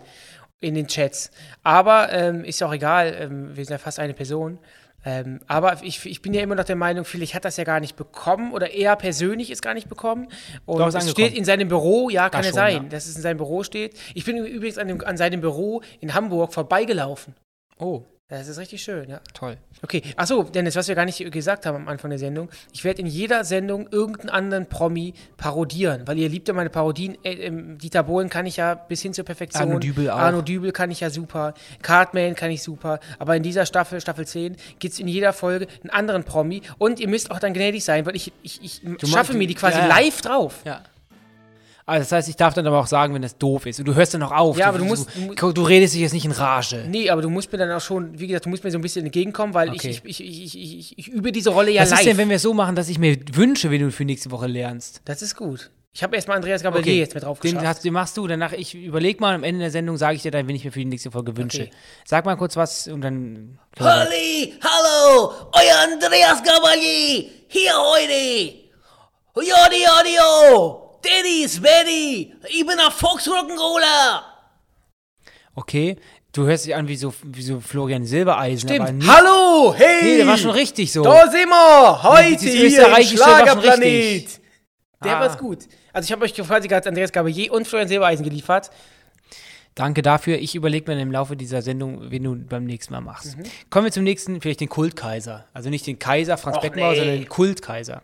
[SPEAKER 2] in den Chats. Aber ähm, ist ja auch egal. Ähm, wir sind ja fast eine Person. Ähm, aber ich, ich bin ja immer noch der Meinung, vielleicht hat das ja gar nicht bekommen oder er persönlich ist gar nicht bekommen. Und
[SPEAKER 3] Doch,
[SPEAKER 2] es
[SPEAKER 3] ist angekommen.
[SPEAKER 2] steht in seinem Büro, ja, kann ja
[SPEAKER 3] schon,
[SPEAKER 2] sein,
[SPEAKER 3] ja.
[SPEAKER 2] dass es in seinem Büro steht. Ich bin übrigens an, dem, an seinem Büro in Hamburg vorbeigelaufen.
[SPEAKER 3] Oh,
[SPEAKER 2] Das ist richtig schön, ja.
[SPEAKER 3] toll.
[SPEAKER 2] Okay, achso, Dennis, was wir gar nicht gesagt haben am Anfang der Sendung. Ich werde in jeder Sendung irgendeinen anderen Promi parodieren, weil ihr liebt ja meine Parodien. Äh, ähm, Dieter Bohlen kann ich ja bis hin zur Perfektion.
[SPEAKER 3] Arno Dübel auch.
[SPEAKER 2] Arno Dübel kann ich ja super. Cartman kann ich super. Aber in dieser Staffel, Staffel 10, gibt es in jeder Folge einen anderen Promi. Und ihr müsst auch dann gnädig sein, weil ich, ich, ich schaffe
[SPEAKER 3] du-
[SPEAKER 2] mir die quasi
[SPEAKER 3] ja, ja.
[SPEAKER 2] live drauf.
[SPEAKER 3] Ja. Also das heißt, ich darf dann aber auch sagen, wenn das doof ist. Und du hörst dann auch auf.
[SPEAKER 2] Ja,
[SPEAKER 3] du,
[SPEAKER 2] aber du musst- du mu-
[SPEAKER 3] Du, du redest dich jetzt nicht in Rage.
[SPEAKER 2] Nee, aber du musst mir dann auch schon, wie gesagt, du musst mir so ein bisschen entgegenkommen, weil ich-
[SPEAKER 3] Okay.
[SPEAKER 2] ich, ich, ich, ich, ich, ich übe diese Rolle ja
[SPEAKER 3] Was
[SPEAKER 2] live.
[SPEAKER 3] ist denn, wenn wir es so machen, dass ich mir wünsche, wenn du für nächste Woche lernst?
[SPEAKER 2] das ist gut. Ich habe erstmal Andreas Gabalier jetzt mit drauf
[SPEAKER 3] den,
[SPEAKER 2] geschafft.
[SPEAKER 3] hast, den machst du. Danach, ich überleg mal, am Ende der Sendung sage ich dir dann, wenn ich mir für die nächste Folge wünsche.
[SPEAKER 2] Okay.
[SPEAKER 3] Sag mal kurz was und dann.
[SPEAKER 6] Halli, hallo, euer Andreas Gabalier, hier heute. Jodi, jodi, jo, Dennis, Betty, ich bin ein Fox Rock'n'Roller.
[SPEAKER 3] Okay. Du hörst dich an wie so, wie so Florian Silbereisen. aber
[SPEAKER 2] Stimmt.
[SPEAKER 3] nie-
[SPEAKER 2] Hallo, hey!
[SPEAKER 3] Nee, der war schon richtig so.
[SPEAKER 2] Da sind wir!
[SPEAKER 3] Dieses
[SPEAKER 2] Heute hier im
[SPEAKER 3] österreichische war schon
[SPEAKER 2] Schlagerplanet!
[SPEAKER 3] richtig.
[SPEAKER 2] Der
[SPEAKER 3] Ah.
[SPEAKER 2] war's gut. Also ich habe euch quasi gerade Andreas Gabalier und Florian Silbereisen geliefert.
[SPEAKER 3] Danke dafür. Ich überlege mir im Laufe dieser Sendung, wen du beim nächsten Mal machst.
[SPEAKER 2] Mhm.
[SPEAKER 3] Kommen wir zum nächsten, vielleicht den Kultkaiser. Also nicht den Kaiser Franz
[SPEAKER 2] Och,
[SPEAKER 3] Beckenbauer,
[SPEAKER 2] nee.
[SPEAKER 3] sondern den Kultkaiser.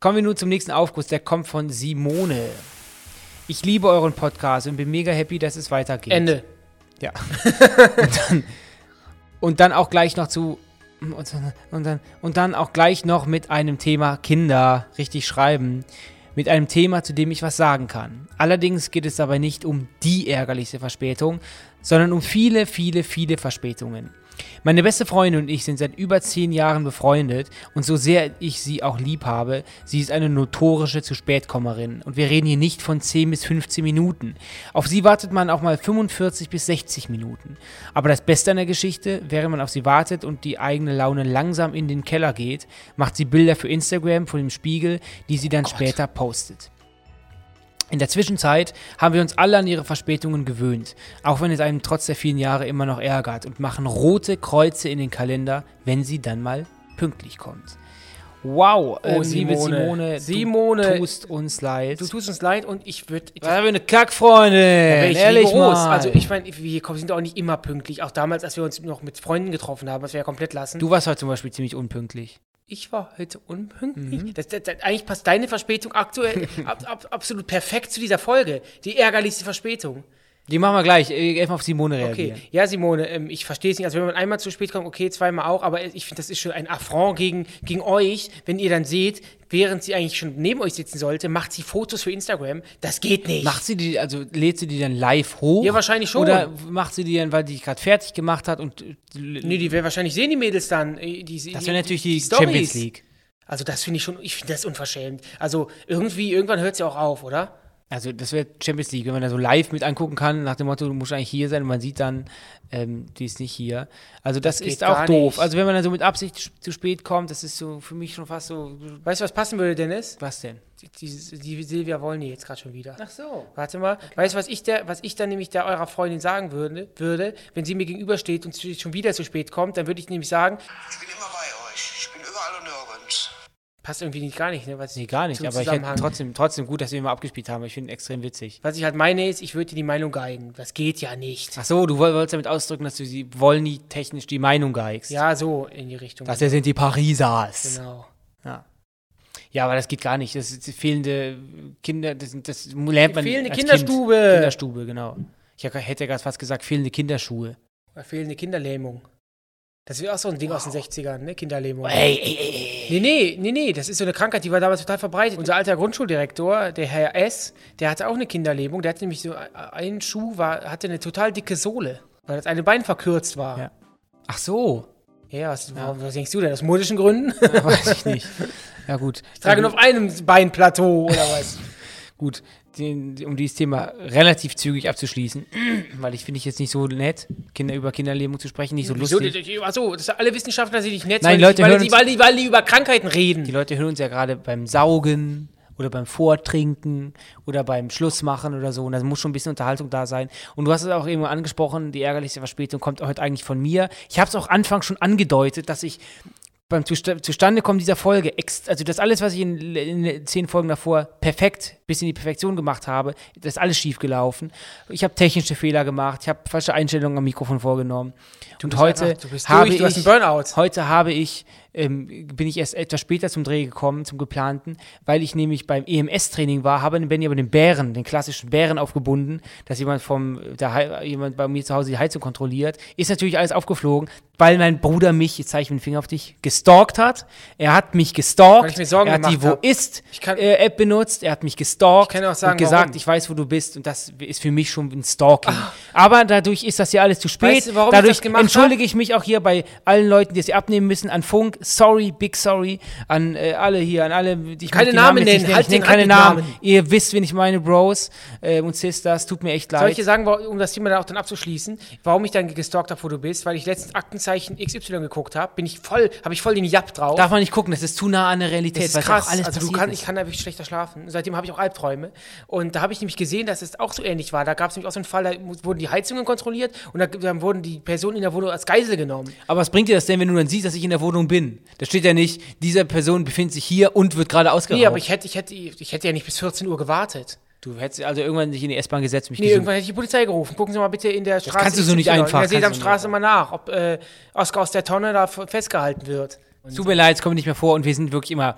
[SPEAKER 3] Kommen wir nun zum nächsten Aufguss. Der kommt von Simone. Ich liebe euren Podcast und bin mega happy, dass es weitergeht.
[SPEAKER 2] Ende.
[SPEAKER 3] Ja. und, dann, und dann auch gleich noch zu. Und dann, und, dann, und dann auch gleich noch mit einem Thema Kinder richtig schreiben. Mit einem Thema, zu dem ich was sagen kann. Allerdings geht es dabei nicht um die ärgerlichste Verspätung, sondern um viele, viele, viele Verspätungen. Meine beste Freundin und ich sind seit über zehn Jahren befreundet und so sehr ich sie auch lieb habe, sie ist eine notorische zu spätkommerin und wir reden hier nicht von 10 bis 15 Minuten. Auf sie wartet man auch mal 45 bis 60 Minuten. Aber das Beste an der Geschichte, während man auf sie wartet und die eigene Laune langsam in den Keller geht, macht sie Bilder für Instagram vor dem Spiegel, die sie dann später postet. In der Zwischenzeit haben wir uns alle an ihre Verspätungen gewöhnt, auch wenn es einem trotz der vielen Jahre immer noch ärgert und machen rote Kreuze in den Kalender, wenn sie dann mal pünktlich kommt. Wow, ähm, liebe
[SPEAKER 2] Oh, Simone.
[SPEAKER 3] Simone,
[SPEAKER 2] Simone.
[SPEAKER 3] du tust uns leid.
[SPEAKER 2] Du tust uns leid und ich würde...
[SPEAKER 3] was für eine Kackfreundin, ehrlich mal.
[SPEAKER 2] Also ich meine, wir sind auch nicht immer pünktlich. Auch damals, als wir uns noch mit Freunden getroffen haben, was wir ja komplett lassen.
[SPEAKER 3] du warst heute zum Beispiel ziemlich unpünktlich.
[SPEAKER 2] ich war heute unpünktlich.
[SPEAKER 3] Mhm.
[SPEAKER 2] Das, das, das, eigentlich passt deine Verspätung aktuell ab, ab, absolut perfekt zu dieser Folge. Die ärgerlichste Verspätung.
[SPEAKER 3] Die machen wir gleich, äh, erstmal auf Simone
[SPEAKER 2] Okay,
[SPEAKER 3] reagieren.
[SPEAKER 2] ja, Simone, ähm, ich verstehe es nicht. Also, wenn man einmal zu spät kommt, okay, zweimal auch, aber ich finde, das ist schon ein Affront gegen, gegen euch, wenn ihr dann seht, während sie eigentlich schon neben euch sitzen sollte, macht sie Fotos für Instagram. Das geht nicht.
[SPEAKER 3] Macht sie die, also lädt sie die dann live hoch?
[SPEAKER 2] Ja, wahrscheinlich schon.
[SPEAKER 3] Oder macht sie die dann, weil die gerade fertig gemacht hat und äh,
[SPEAKER 2] Nee, die werden wahrscheinlich sehen die Mädels dann. äh, Die, die,
[SPEAKER 3] das wäre natürlich die,
[SPEAKER 2] Stories.
[SPEAKER 3] Champions League.
[SPEAKER 2] Also, das finde ich schon, ich finde das unverschämt. Also, irgendwie, irgendwann hört sie auch auf, oder?
[SPEAKER 3] Also das wäre Champions League, wenn man da so live mit angucken kann, nach dem Motto, du musst eigentlich hier sein und man sieht dann, ähm, die ist nicht hier. Also das,
[SPEAKER 2] geht
[SPEAKER 3] ist auch
[SPEAKER 2] gar
[SPEAKER 3] doof.
[SPEAKER 2] nicht.
[SPEAKER 3] Also wenn man dann so mit Absicht sch- zu spät kommt, das ist so für mich schon fast so,
[SPEAKER 2] Weißt du, was passen würde, Dennis?
[SPEAKER 3] was denn?
[SPEAKER 2] Die, die, die Silvia Wollny jetzt gerade schon wieder.
[SPEAKER 3] Ach so.
[SPEAKER 2] Warte mal, weißt du, was ich, der, was ich dann nämlich der eurer Freundin sagen würde, würde, wenn sie mir gegenübersteht und sie schon wieder zu spät kommt, dann würde ich nämlich sagen,
[SPEAKER 4] Ich bin immer bei euch. Ich bin überall und nirgends.
[SPEAKER 2] passt irgendwie nicht gar nicht, ne? Was
[SPEAKER 3] Nee, gar nicht,
[SPEAKER 2] zum
[SPEAKER 3] aber ich
[SPEAKER 2] Zusammenhang-
[SPEAKER 3] hätte trotzdem, trotzdem gut, dass wir ihn mal abgespielt haben, weil ich finde ihn extrem witzig.
[SPEAKER 2] Was ich halt meine ist, ich würde dir die Meinung geigen. Das geht ja nicht.
[SPEAKER 3] Ach so, du woll- wolltest damit ausdrücken, dass du sie wollen die technisch die Meinung geigst.
[SPEAKER 2] Ja, so in die Richtung.
[SPEAKER 3] Das hier sind die Parisers.
[SPEAKER 2] genau.
[SPEAKER 3] Ja, aber das geht gar nicht. Das ist die fehlende Kinder, das, das lernt man
[SPEAKER 2] Fehlende
[SPEAKER 3] als
[SPEAKER 2] Kinderstube.
[SPEAKER 3] Kind. Kinderstube, genau. Ich hätte ja gerade fast gesagt, fehlende Kinderschuhe.
[SPEAKER 2] Fehlende Kinderlähmung. Das ist auch so ein Ding aus den 60ern, ne? Kinderlähmung.
[SPEAKER 3] Ey, ey, ey, ey.
[SPEAKER 2] Nee, nee, nee, nee, das ist so eine Krankheit, die war damals total verbreitet. Unser alter Grundschuldirektor, der Herr S., der hatte auch eine Kinderlähmung. Der hatte nämlich so einen Schuh, war, hatte eine total dicke Sohle, weil das eine Bein verkürzt war.
[SPEAKER 3] Ja. Ach so.
[SPEAKER 2] Ja, was, warum- was denkst du denn? Aus modischen Gründen?
[SPEAKER 3] Ja, weiß ich nicht. Ja, gut.
[SPEAKER 2] Ich trage nur auf einem Bein Plateau oder was?
[SPEAKER 3] Gut, den, um dieses Thema relativ zügig abzuschließen, weil ich finde ich jetzt nicht so nett, Kinder über Kinderlähmung zu sprechen, nicht so
[SPEAKER 2] Wieso?
[SPEAKER 3] lustig.
[SPEAKER 2] Achso, das sind alle Wissenschaftler sind nicht nett, weil,
[SPEAKER 3] Nein, Leute,
[SPEAKER 2] die, weil,
[SPEAKER 3] hören
[SPEAKER 2] die,
[SPEAKER 3] uns-
[SPEAKER 2] weil, die, weil die über Krankheiten reden.
[SPEAKER 3] Die Leute hören uns ja gerade beim Saugen oder beim Vortrinken oder beim Schlussmachen oder so. Und da muss schon ein bisschen Unterhaltung da sein. Und du hast es auch eben angesprochen, die ärgerlichste Verspätung kommt heute eigentlich von mir. Ich habe es auch Anfang schon angedeutet, dass ich beim Zusta- Zustandekommen dieser Folge, ex- also das alles, was ich in, in zehn Folgen davor perfekt bis in die Perfektion gemacht habe, das ist alles schief gelaufen. Ich habe technische Fehler gemacht, ich habe falsche Einstellungen am Mikrofon vorgenommen. und heute
[SPEAKER 2] einfach- du bist
[SPEAKER 3] habe
[SPEAKER 2] durch,
[SPEAKER 3] ich
[SPEAKER 2] du hast einen Burnout.
[SPEAKER 3] Heute habe ich ähm, bin ich erst etwas später zum Dreh gekommen, zum geplanten, weil ich nämlich beim EMS-Training war, habe Benny aber den Bären, den klassischen Bären aufgebunden, dass jemand vom, da hei- jemand bei mir zu Hause die Heizung kontrolliert. Ist natürlich alles aufgeflogen, weil mein Bruder mich, jetzt zeige ich mit dem Finger auf dich, gestalkt hat. Er hat mich gestalkt.
[SPEAKER 2] Weil ich mir Sorgen
[SPEAKER 3] er hat die
[SPEAKER 2] gemacht
[SPEAKER 3] Wo
[SPEAKER 2] hab.
[SPEAKER 3] ist
[SPEAKER 2] Ich kann-
[SPEAKER 3] äh, App benutzt, er hat mich gestalkt
[SPEAKER 2] Ich kann auch sagen,
[SPEAKER 3] und gesagt,
[SPEAKER 2] warum. Ah.
[SPEAKER 3] ich weiß, wo du bist und das ist für mich schon ein Stalking. Aber dadurch ist das ja alles zu spät.
[SPEAKER 2] Weißt du, warum ich
[SPEAKER 3] dadurch
[SPEAKER 2] das gemacht
[SPEAKER 3] entschuldige ich mich auch hier bei allen Leuten, die es hier abnehmen müssen, an Funk, sorry, big sorry, an äh, alle hier, an alle, die ich
[SPEAKER 2] Keine
[SPEAKER 3] möchte die
[SPEAKER 2] Namen
[SPEAKER 3] jetzt
[SPEAKER 2] nennen,
[SPEAKER 3] nicht
[SPEAKER 2] halt
[SPEAKER 3] ich nenne
[SPEAKER 2] den-
[SPEAKER 3] keine
[SPEAKER 2] halt den
[SPEAKER 3] Namen.
[SPEAKER 2] Namen.
[SPEAKER 3] Ihr wisst, wen ich meine, Bros äh, und Sisters, tut mir echt leid.
[SPEAKER 2] Soll ich dir sagen, wa- um das Thema dann auch dann abzuschließen, warum ich dann gestalkt habe, wo du bist? Weil ich letztens Aktenzeichen XY geguckt habe, bin ich voll, habe ich voll den Japp drauf.
[SPEAKER 3] Darf man nicht gucken, das ist zu nah an der Realität,
[SPEAKER 2] Das ist
[SPEAKER 3] weil es
[SPEAKER 2] krass.
[SPEAKER 3] auch alles
[SPEAKER 2] also du
[SPEAKER 3] passiert
[SPEAKER 2] kann,
[SPEAKER 3] ist.
[SPEAKER 2] ich kann da wirklich schlechter schlafen. Seitdem habe ich auch Albträume. Und da habe ich nämlich gesehen, dass es auch so ähnlich war. Da gab es nämlich auch so einen Fall, da mu- wurden die Heizungen kontrolliert und da, dann wurden die Personen in der Wohnung als Geisel genommen.
[SPEAKER 3] Aber was bringt dir das denn, wenn du dann siehst, dass ich in der Wohnung bin? Da steht ja nicht, diese Person befindet sich hier und wird gerade ausgeraubt.
[SPEAKER 2] Nee, aber ich hätte, ich, hätte, ich hätte ja nicht bis 14 Uhr gewartet.
[SPEAKER 3] du hättest also irgendwann dich in die S-Bahn gesetzt, mich
[SPEAKER 2] Nee,
[SPEAKER 3] gesucht.
[SPEAKER 2] irgendwann hätte ich die Polizei gerufen. Gucken Sie mal bitte in der Straße.
[SPEAKER 3] kannst du so nicht
[SPEAKER 2] XY,
[SPEAKER 3] einfach,
[SPEAKER 2] In der
[SPEAKER 3] kannst du
[SPEAKER 2] Sesamstraße mal nach, ob äh, Oskar aus der Tonne da f- festgehalten wird.
[SPEAKER 3] Es Tut mir leid, es kommt nicht mehr vor und wir sind wirklich immer,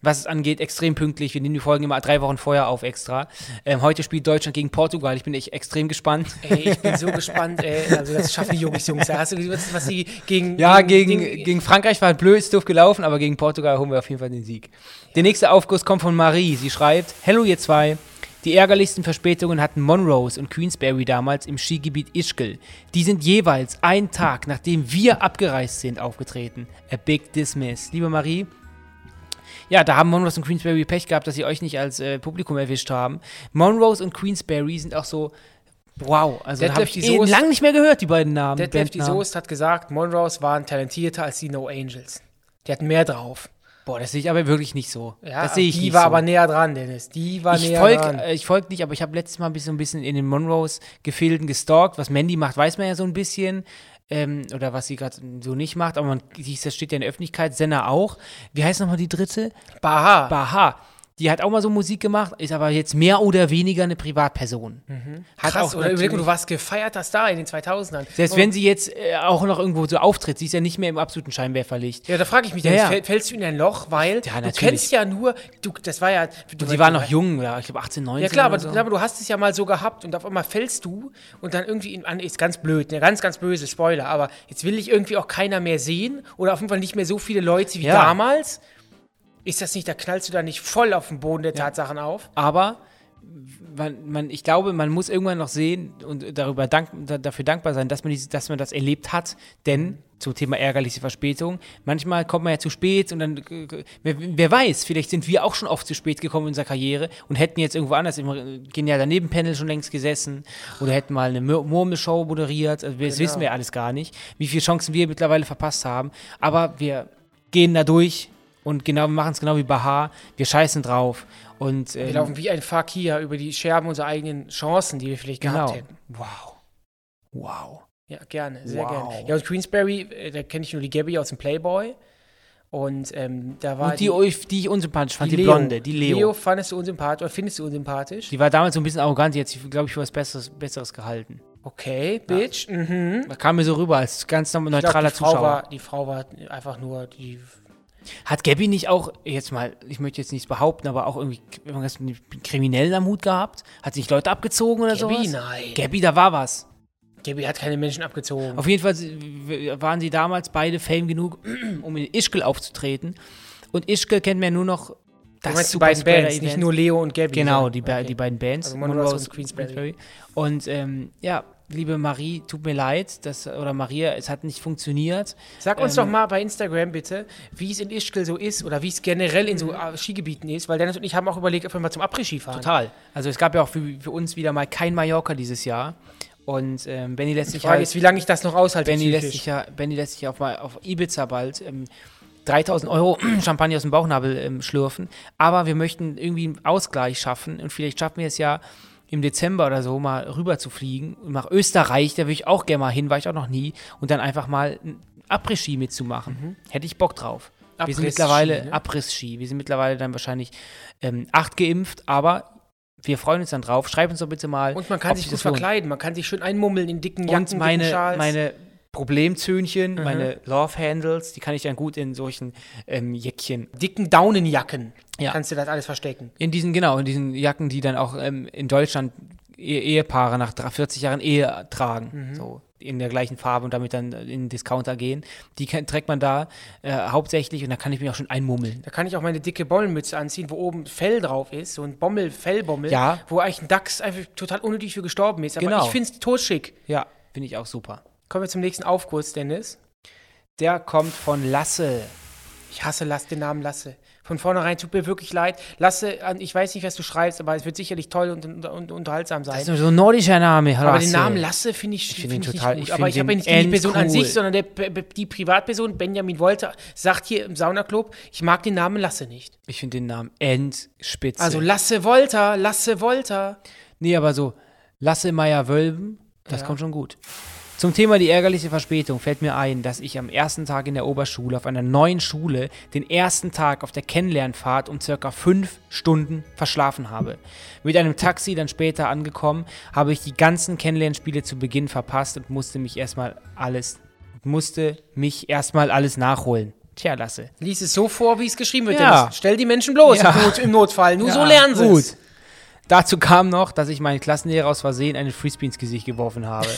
[SPEAKER 3] was es angeht, extrem pünktlich. Wir nehmen die Folgen immer drei Wochen vorher auf extra. Ähm, heute spielt Deutschland gegen Portugal. Ich bin echt extrem gespannt.
[SPEAKER 2] Ey, ich bin so gespannt, ey. Also, das schaffen die Jungs, Jungs. Hast du gesehen, was- was sie gegen.
[SPEAKER 3] Ja, gegen, gegen Frankreich war blöd, ist doof gelaufen, aber gegen Portugal holen wir auf jeden Fall den Sieg. Der nächste Aufguss kommt von Marie. Sie schreibt: Hello, ihr zwei. Die ärgerlichsten Verspätungen hatten Monrose und Queensberry damals im Skigebiet Ischgl. Die sind jeweils einen Tag, nachdem wir abgereist sind, aufgetreten. A big dismiss. Liebe Marie, Ja, da haben Monrose und Queensberry Pech gehabt, dass sie euch nicht als äh, Publikum erwischt haben. Monrose und Queensberry sind auch so, wow, also habe
[SPEAKER 2] Detlef
[SPEAKER 3] ich
[SPEAKER 2] die
[SPEAKER 3] eh
[SPEAKER 2] Soest-
[SPEAKER 3] lang nicht mehr gehört, die beiden Namen.
[SPEAKER 2] Detlef die
[SPEAKER 3] Bandnamen.
[SPEAKER 2] Soest hat gesagt, Monroes waren talentierter als die No Angels. Die hatten mehr drauf.
[SPEAKER 3] Boah, das sehe ich aber wirklich nicht so.
[SPEAKER 2] Ja,
[SPEAKER 3] das sehe ich
[SPEAKER 2] die
[SPEAKER 3] nicht
[SPEAKER 2] war
[SPEAKER 3] so.
[SPEAKER 2] aber näher dran, Dennis. Die war
[SPEAKER 3] ich
[SPEAKER 2] näher dran.
[SPEAKER 3] folge ich folg nicht, aber ich habe letztes Mal ein bisschen, ein bisschen in den Monroes Gefilden gestalkt. Was Mandy macht, weiß man ja so ein bisschen. Ähm, oder was sie gerade so nicht macht, aber man, die- das steht ja in der Öffentlichkeit, Senna auch. Wie heißt nochmal die dritte?
[SPEAKER 2] Baha.
[SPEAKER 3] Baha. Die hat auch mal so Musik gemacht, ist aber jetzt mehr oder weniger eine Privatperson. Hat
[SPEAKER 2] Mhm. Krass, oder
[SPEAKER 3] natürlich-
[SPEAKER 2] überleg mal, du warst gefeierter Star in den 2000ern.
[SPEAKER 3] Selbst wenn sie jetzt äh, auch noch irgendwo so auftritt, sie ist ja nicht mehr im absoluten Scheinwerferlicht.
[SPEAKER 2] Ja, da frage ich mich,
[SPEAKER 3] Ja,
[SPEAKER 2] Dennis,
[SPEAKER 3] ja.
[SPEAKER 2] fäll- fällst du in ein Loch, weil du
[SPEAKER 3] Ja, natürlich.
[SPEAKER 2] kennst ja nur, du, das war ja. Du,
[SPEAKER 3] Sie war
[SPEAKER 2] du-
[SPEAKER 3] noch jung, ja, ich glaube 18, 19.
[SPEAKER 2] Ja klar, aber,
[SPEAKER 3] oder so.
[SPEAKER 2] du- aber du hast es ja mal so gehabt und auf einmal fällst du und dann irgendwie in, an- ist ganz blöd, ne, ganz, ganz böse, Spoiler, aber jetzt will ich irgendwie auch keiner mehr sehen oder auf jeden Fall nicht mehr so viele Leute wie
[SPEAKER 3] Ja.
[SPEAKER 2] damals. Ist das nicht, da knallst du da nicht voll auf den Boden der Tatsachen auf?
[SPEAKER 3] Aber man, man, ich glaube, man muss irgendwann noch sehen und darüber dank, da, dafür dankbar sein, dass man, diese, dass man das erlebt hat. Denn zum Thema ärgerliche Verspätung, manchmal kommt man ja zu spät und dann, äh, wer, wer weiß, vielleicht sind wir auch schon oft zu spät gekommen in unserer Karriere und hätten jetzt irgendwo anders im äh, genial daneben Panel schon längst gesessen oder hätten mal eine Mur- Murmelshow moderiert. Also das wissen wir alles gar nicht, wie viele Chancen wir mittlerweile verpasst haben. Aber wir gehen da durch. Und genau, wir machen es genau wie Bahar. Wir scheißen drauf. Und, ähm,
[SPEAKER 2] Wir laufen wie ein Fakir über die Scherben unserer eigenen Chancen, die wir vielleicht gehabt hätten.
[SPEAKER 3] genau. Wow. Wow.
[SPEAKER 2] Ja, gerne, sehr
[SPEAKER 3] Wow.
[SPEAKER 2] gerne. Ja, und Queensberry, äh, da kenne ich nur die Gabby aus dem Playboy. Und ähm, da war
[SPEAKER 3] Und die, die, die ich unsympathisch fand, die,
[SPEAKER 2] Leo.
[SPEAKER 3] Blonde, die Leo.
[SPEAKER 2] Leo fandest du unsympathisch oder findest du unsympathisch?
[SPEAKER 3] Die war damals so ein bisschen arrogant, die hat sich, glaube ich, für was Besseres, Besseres gehalten.
[SPEAKER 2] Okay, Bitch. Mhm.
[SPEAKER 3] Da kam mir so rüber als ganz norm-
[SPEAKER 2] Ich glaub,
[SPEAKER 3] neutraler
[SPEAKER 2] die Frau
[SPEAKER 3] Zuschauer.
[SPEAKER 2] War, die Frau war einfach nur die.
[SPEAKER 3] Hat Gabby nicht auch, jetzt mal, ich möchte jetzt nichts behaupten, aber auch irgendwie irgendwas mit Kriminellen am Hut gehabt? Hat sich Leute abgezogen oder so?
[SPEAKER 2] Gabby, nein.
[SPEAKER 3] Gabby, da war was.
[SPEAKER 2] Gabby hat keine Menschen abgezogen.
[SPEAKER 3] Auf jeden Fall äh, waren sie damals beide Fame genug, um in Ischgl aufzutreten. Und Ischgl kennt man ja nur noch
[SPEAKER 2] Du
[SPEAKER 3] das
[SPEAKER 2] meinst die
[SPEAKER 3] Super
[SPEAKER 2] beiden
[SPEAKER 3] Spreader
[SPEAKER 2] Bands, nicht
[SPEAKER 3] Event.
[SPEAKER 2] nur Leo und Gabby.
[SPEAKER 3] Genau,
[SPEAKER 2] ne?
[SPEAKER 3] die, Ba- die beiden Bands,
[SPEAKER 2] Also Monrose und Queensberry.
[SPEAKER 3] Und ähm, ja, liebe Marie, tut mir leid, dass, oder Maria, es hat nicht funktioniert.
[SPEAKER 2] Sag uns
[SPEAKER 3] Ähm.
[SPEAKER 2] doch mal bei Instagram bitte, wie es in Ischgl so ist oder wie es generell in so äh, Skigebieten ist, weil Dennis und ich haben auch überlegt, ob wir mal zum Après-Ski fahren.
[SPEAKER 3] Total. Also es gab ja auch für, für uns wieder mal kein Mallorca dieses Jahr. Und ähm, Benny lässt
[SPEAKER 2] Die
[SPEAKER 3] sich
[SPEAKER 2] Frage
[SPEAKER 3] halt,
[SPEAKER 2] ist, wie lange ich das noch aushalte.
[SPEAKER 3] Benny lässt
[SPEAKER 2] halt psychisch.
[SPEAKER 3] sich ja, Benny lässt sich auf, mal auf Ibiza bald ähm, 3000 Euro Champagner aus dem Bauchnabel ähm, schlürfen. Aber wir möchten irgendwie einen Ausgleich schaffen und vielleicht schaffen wir es ja im Dezember oder so mal rüber zu fliegen und nach Österreich, da würde ich auch gerne mal hin, war ich auch noch nie und dann einfach mal ein Après-Ski mitzumachen. Hätte ich Bock drauf. Wir
[SPEAKER 2] Après-Ski,
[SPEAKER 3] sind mittlerweile
[SPEAKER 2] Mhm. ne?
[SPEAKER 3] Abriss-Ski. Wir sind mittlerweile dann wahrscheinlich ähm, acht geimpft, aber wir freuen uns dann drauf. Schreib uns doch bitte mal.
[SPEAKER 2] Und man kann
[SPEAKER 3] ob
[SPEAKER 2] sich
[SPEAKER 3] das
[SPEAKER 2] gut
[SPEAKER 3] lohnt.
[SPEAKER 2] verkleiden, man kann sich schön einmummeln in dicken Jacken,
[SPEAKER 3] Und meine,
[SPEAKER 2] dicken Schals.
[SPEAKER 3] meine Problemzöhnchen, meine Love Handles, die kann ich dann gut in solchen ähm, Jäckchen,
[SPEAKER 2] Dicken Daunenjacken
[SPEAKER 3] Ja.
[SPEAKER 2] kannst du das alles verstecken.
[SPEAKER 3] in diesen, genau, in diesen Jacken, die dann auch ähm, in Deutschland E- Ehepaare nach dra- 40 Jahren Ehe tragen. So in der gleichen Farbe und damit dann in den Discounter gehen. Die kann, trägt man da äh, hauptsächlich und da kann ich mich auch schon einmummeln.
[SPEAKER 2] Da kann ich auch meine dicke Bommelmütze anziehen, wo oben Fell drauf ist, so ein Bommel, Fellbommel,
[SPEAKER 3] Ja.
[SPEAKER 2] wo eigentlich ein Dachs einfach total unnötig für gestorben ist. Aber
[SPEAKER 3] Genau.
[SPEAKER 2] ich finde es totschick.
[SPEAKER 3] Ja, finde ich auch super.
[SPEAKER 2] Kommen wir zum nächsten Aufkurs, Dennis.
[SPEAKER 3] Der kommt von Lasse.
[SPEAKER 2] Ich hasse Lasse, den Namen Lasse. Von vornherein tut mir wirklich leid. Lasse, an- ich weiß nicht, was du schreibst, aber es wird sicherlich toll und, und, und unterhaltsam sein.
[SPEAKER 3] Das ist so ein nordischer Name. Lasse.
[SPEAKER 2] aber den Namen Lasse finde ich,
[SPEAKER 3] find ihn
[SPEAKER 2] find ich
[SPEAKER 3] total-
[SPEAKER 2] nicht
[SPEAKER 3] ich
[SPEAKER 2] gut. aber
[SPEAKER 3] find
[SPEAKER 2] ich habe
[SPEAKER 3] den
[SPEAKER 2] ja nicht gegen die Person an
[SPEAKER 3] endcool.
[SPEAKER 2] sich, sondern der, P- P- die Privatperson, Benjamin Wolter, sagt hier im Saunaclub, ich mag den Namen Lasse nicht.
[SPEAKER 3] Ich finde den Namen Endspitze.
[SPEAKER 2] Also Lasse Wolter, Lasse Wolter.
[SPEAKER 3] Nee, aber so Lasse Meier Wölben, das kommt schon gut. Zum Thema die ärgerliche Verspätung fällt mir ein, dass ich am ersten Tag in der Oberschule auf einer neuen Schule den ersten Tag auf der Kennenlernfahrt um circa fünf Stunden verschlafen habe. Mit einem Taxi dann später angekommen, habe ich die ganzen Kennenlernspiele zu Beginn verpasst und musste mich erstmal alles musste mich erstmal alles nachholen. Tja, Lasse.
[SPEAKER 2] Lies es so vor, wie es geschrieben wird.
[SPEAKER 3] Ja.
[SPEAKER 2] Dennis. Stell die Menschen bloß
[SPEAKER 3] Ja.
[SPEAKER 2] im, Not, im Notfall. Nur so
[SPEAKER 3] Ja,
[SPEAKER 2] lernen sie
[SPEAKER 3] gut.
[SPEAKER 2] es.
[SPEAKER 3] Dazu kam noch, dass ich meinen Klassenlehrer aus Versehen einen Frisbee ins Gesicht geworfen habe.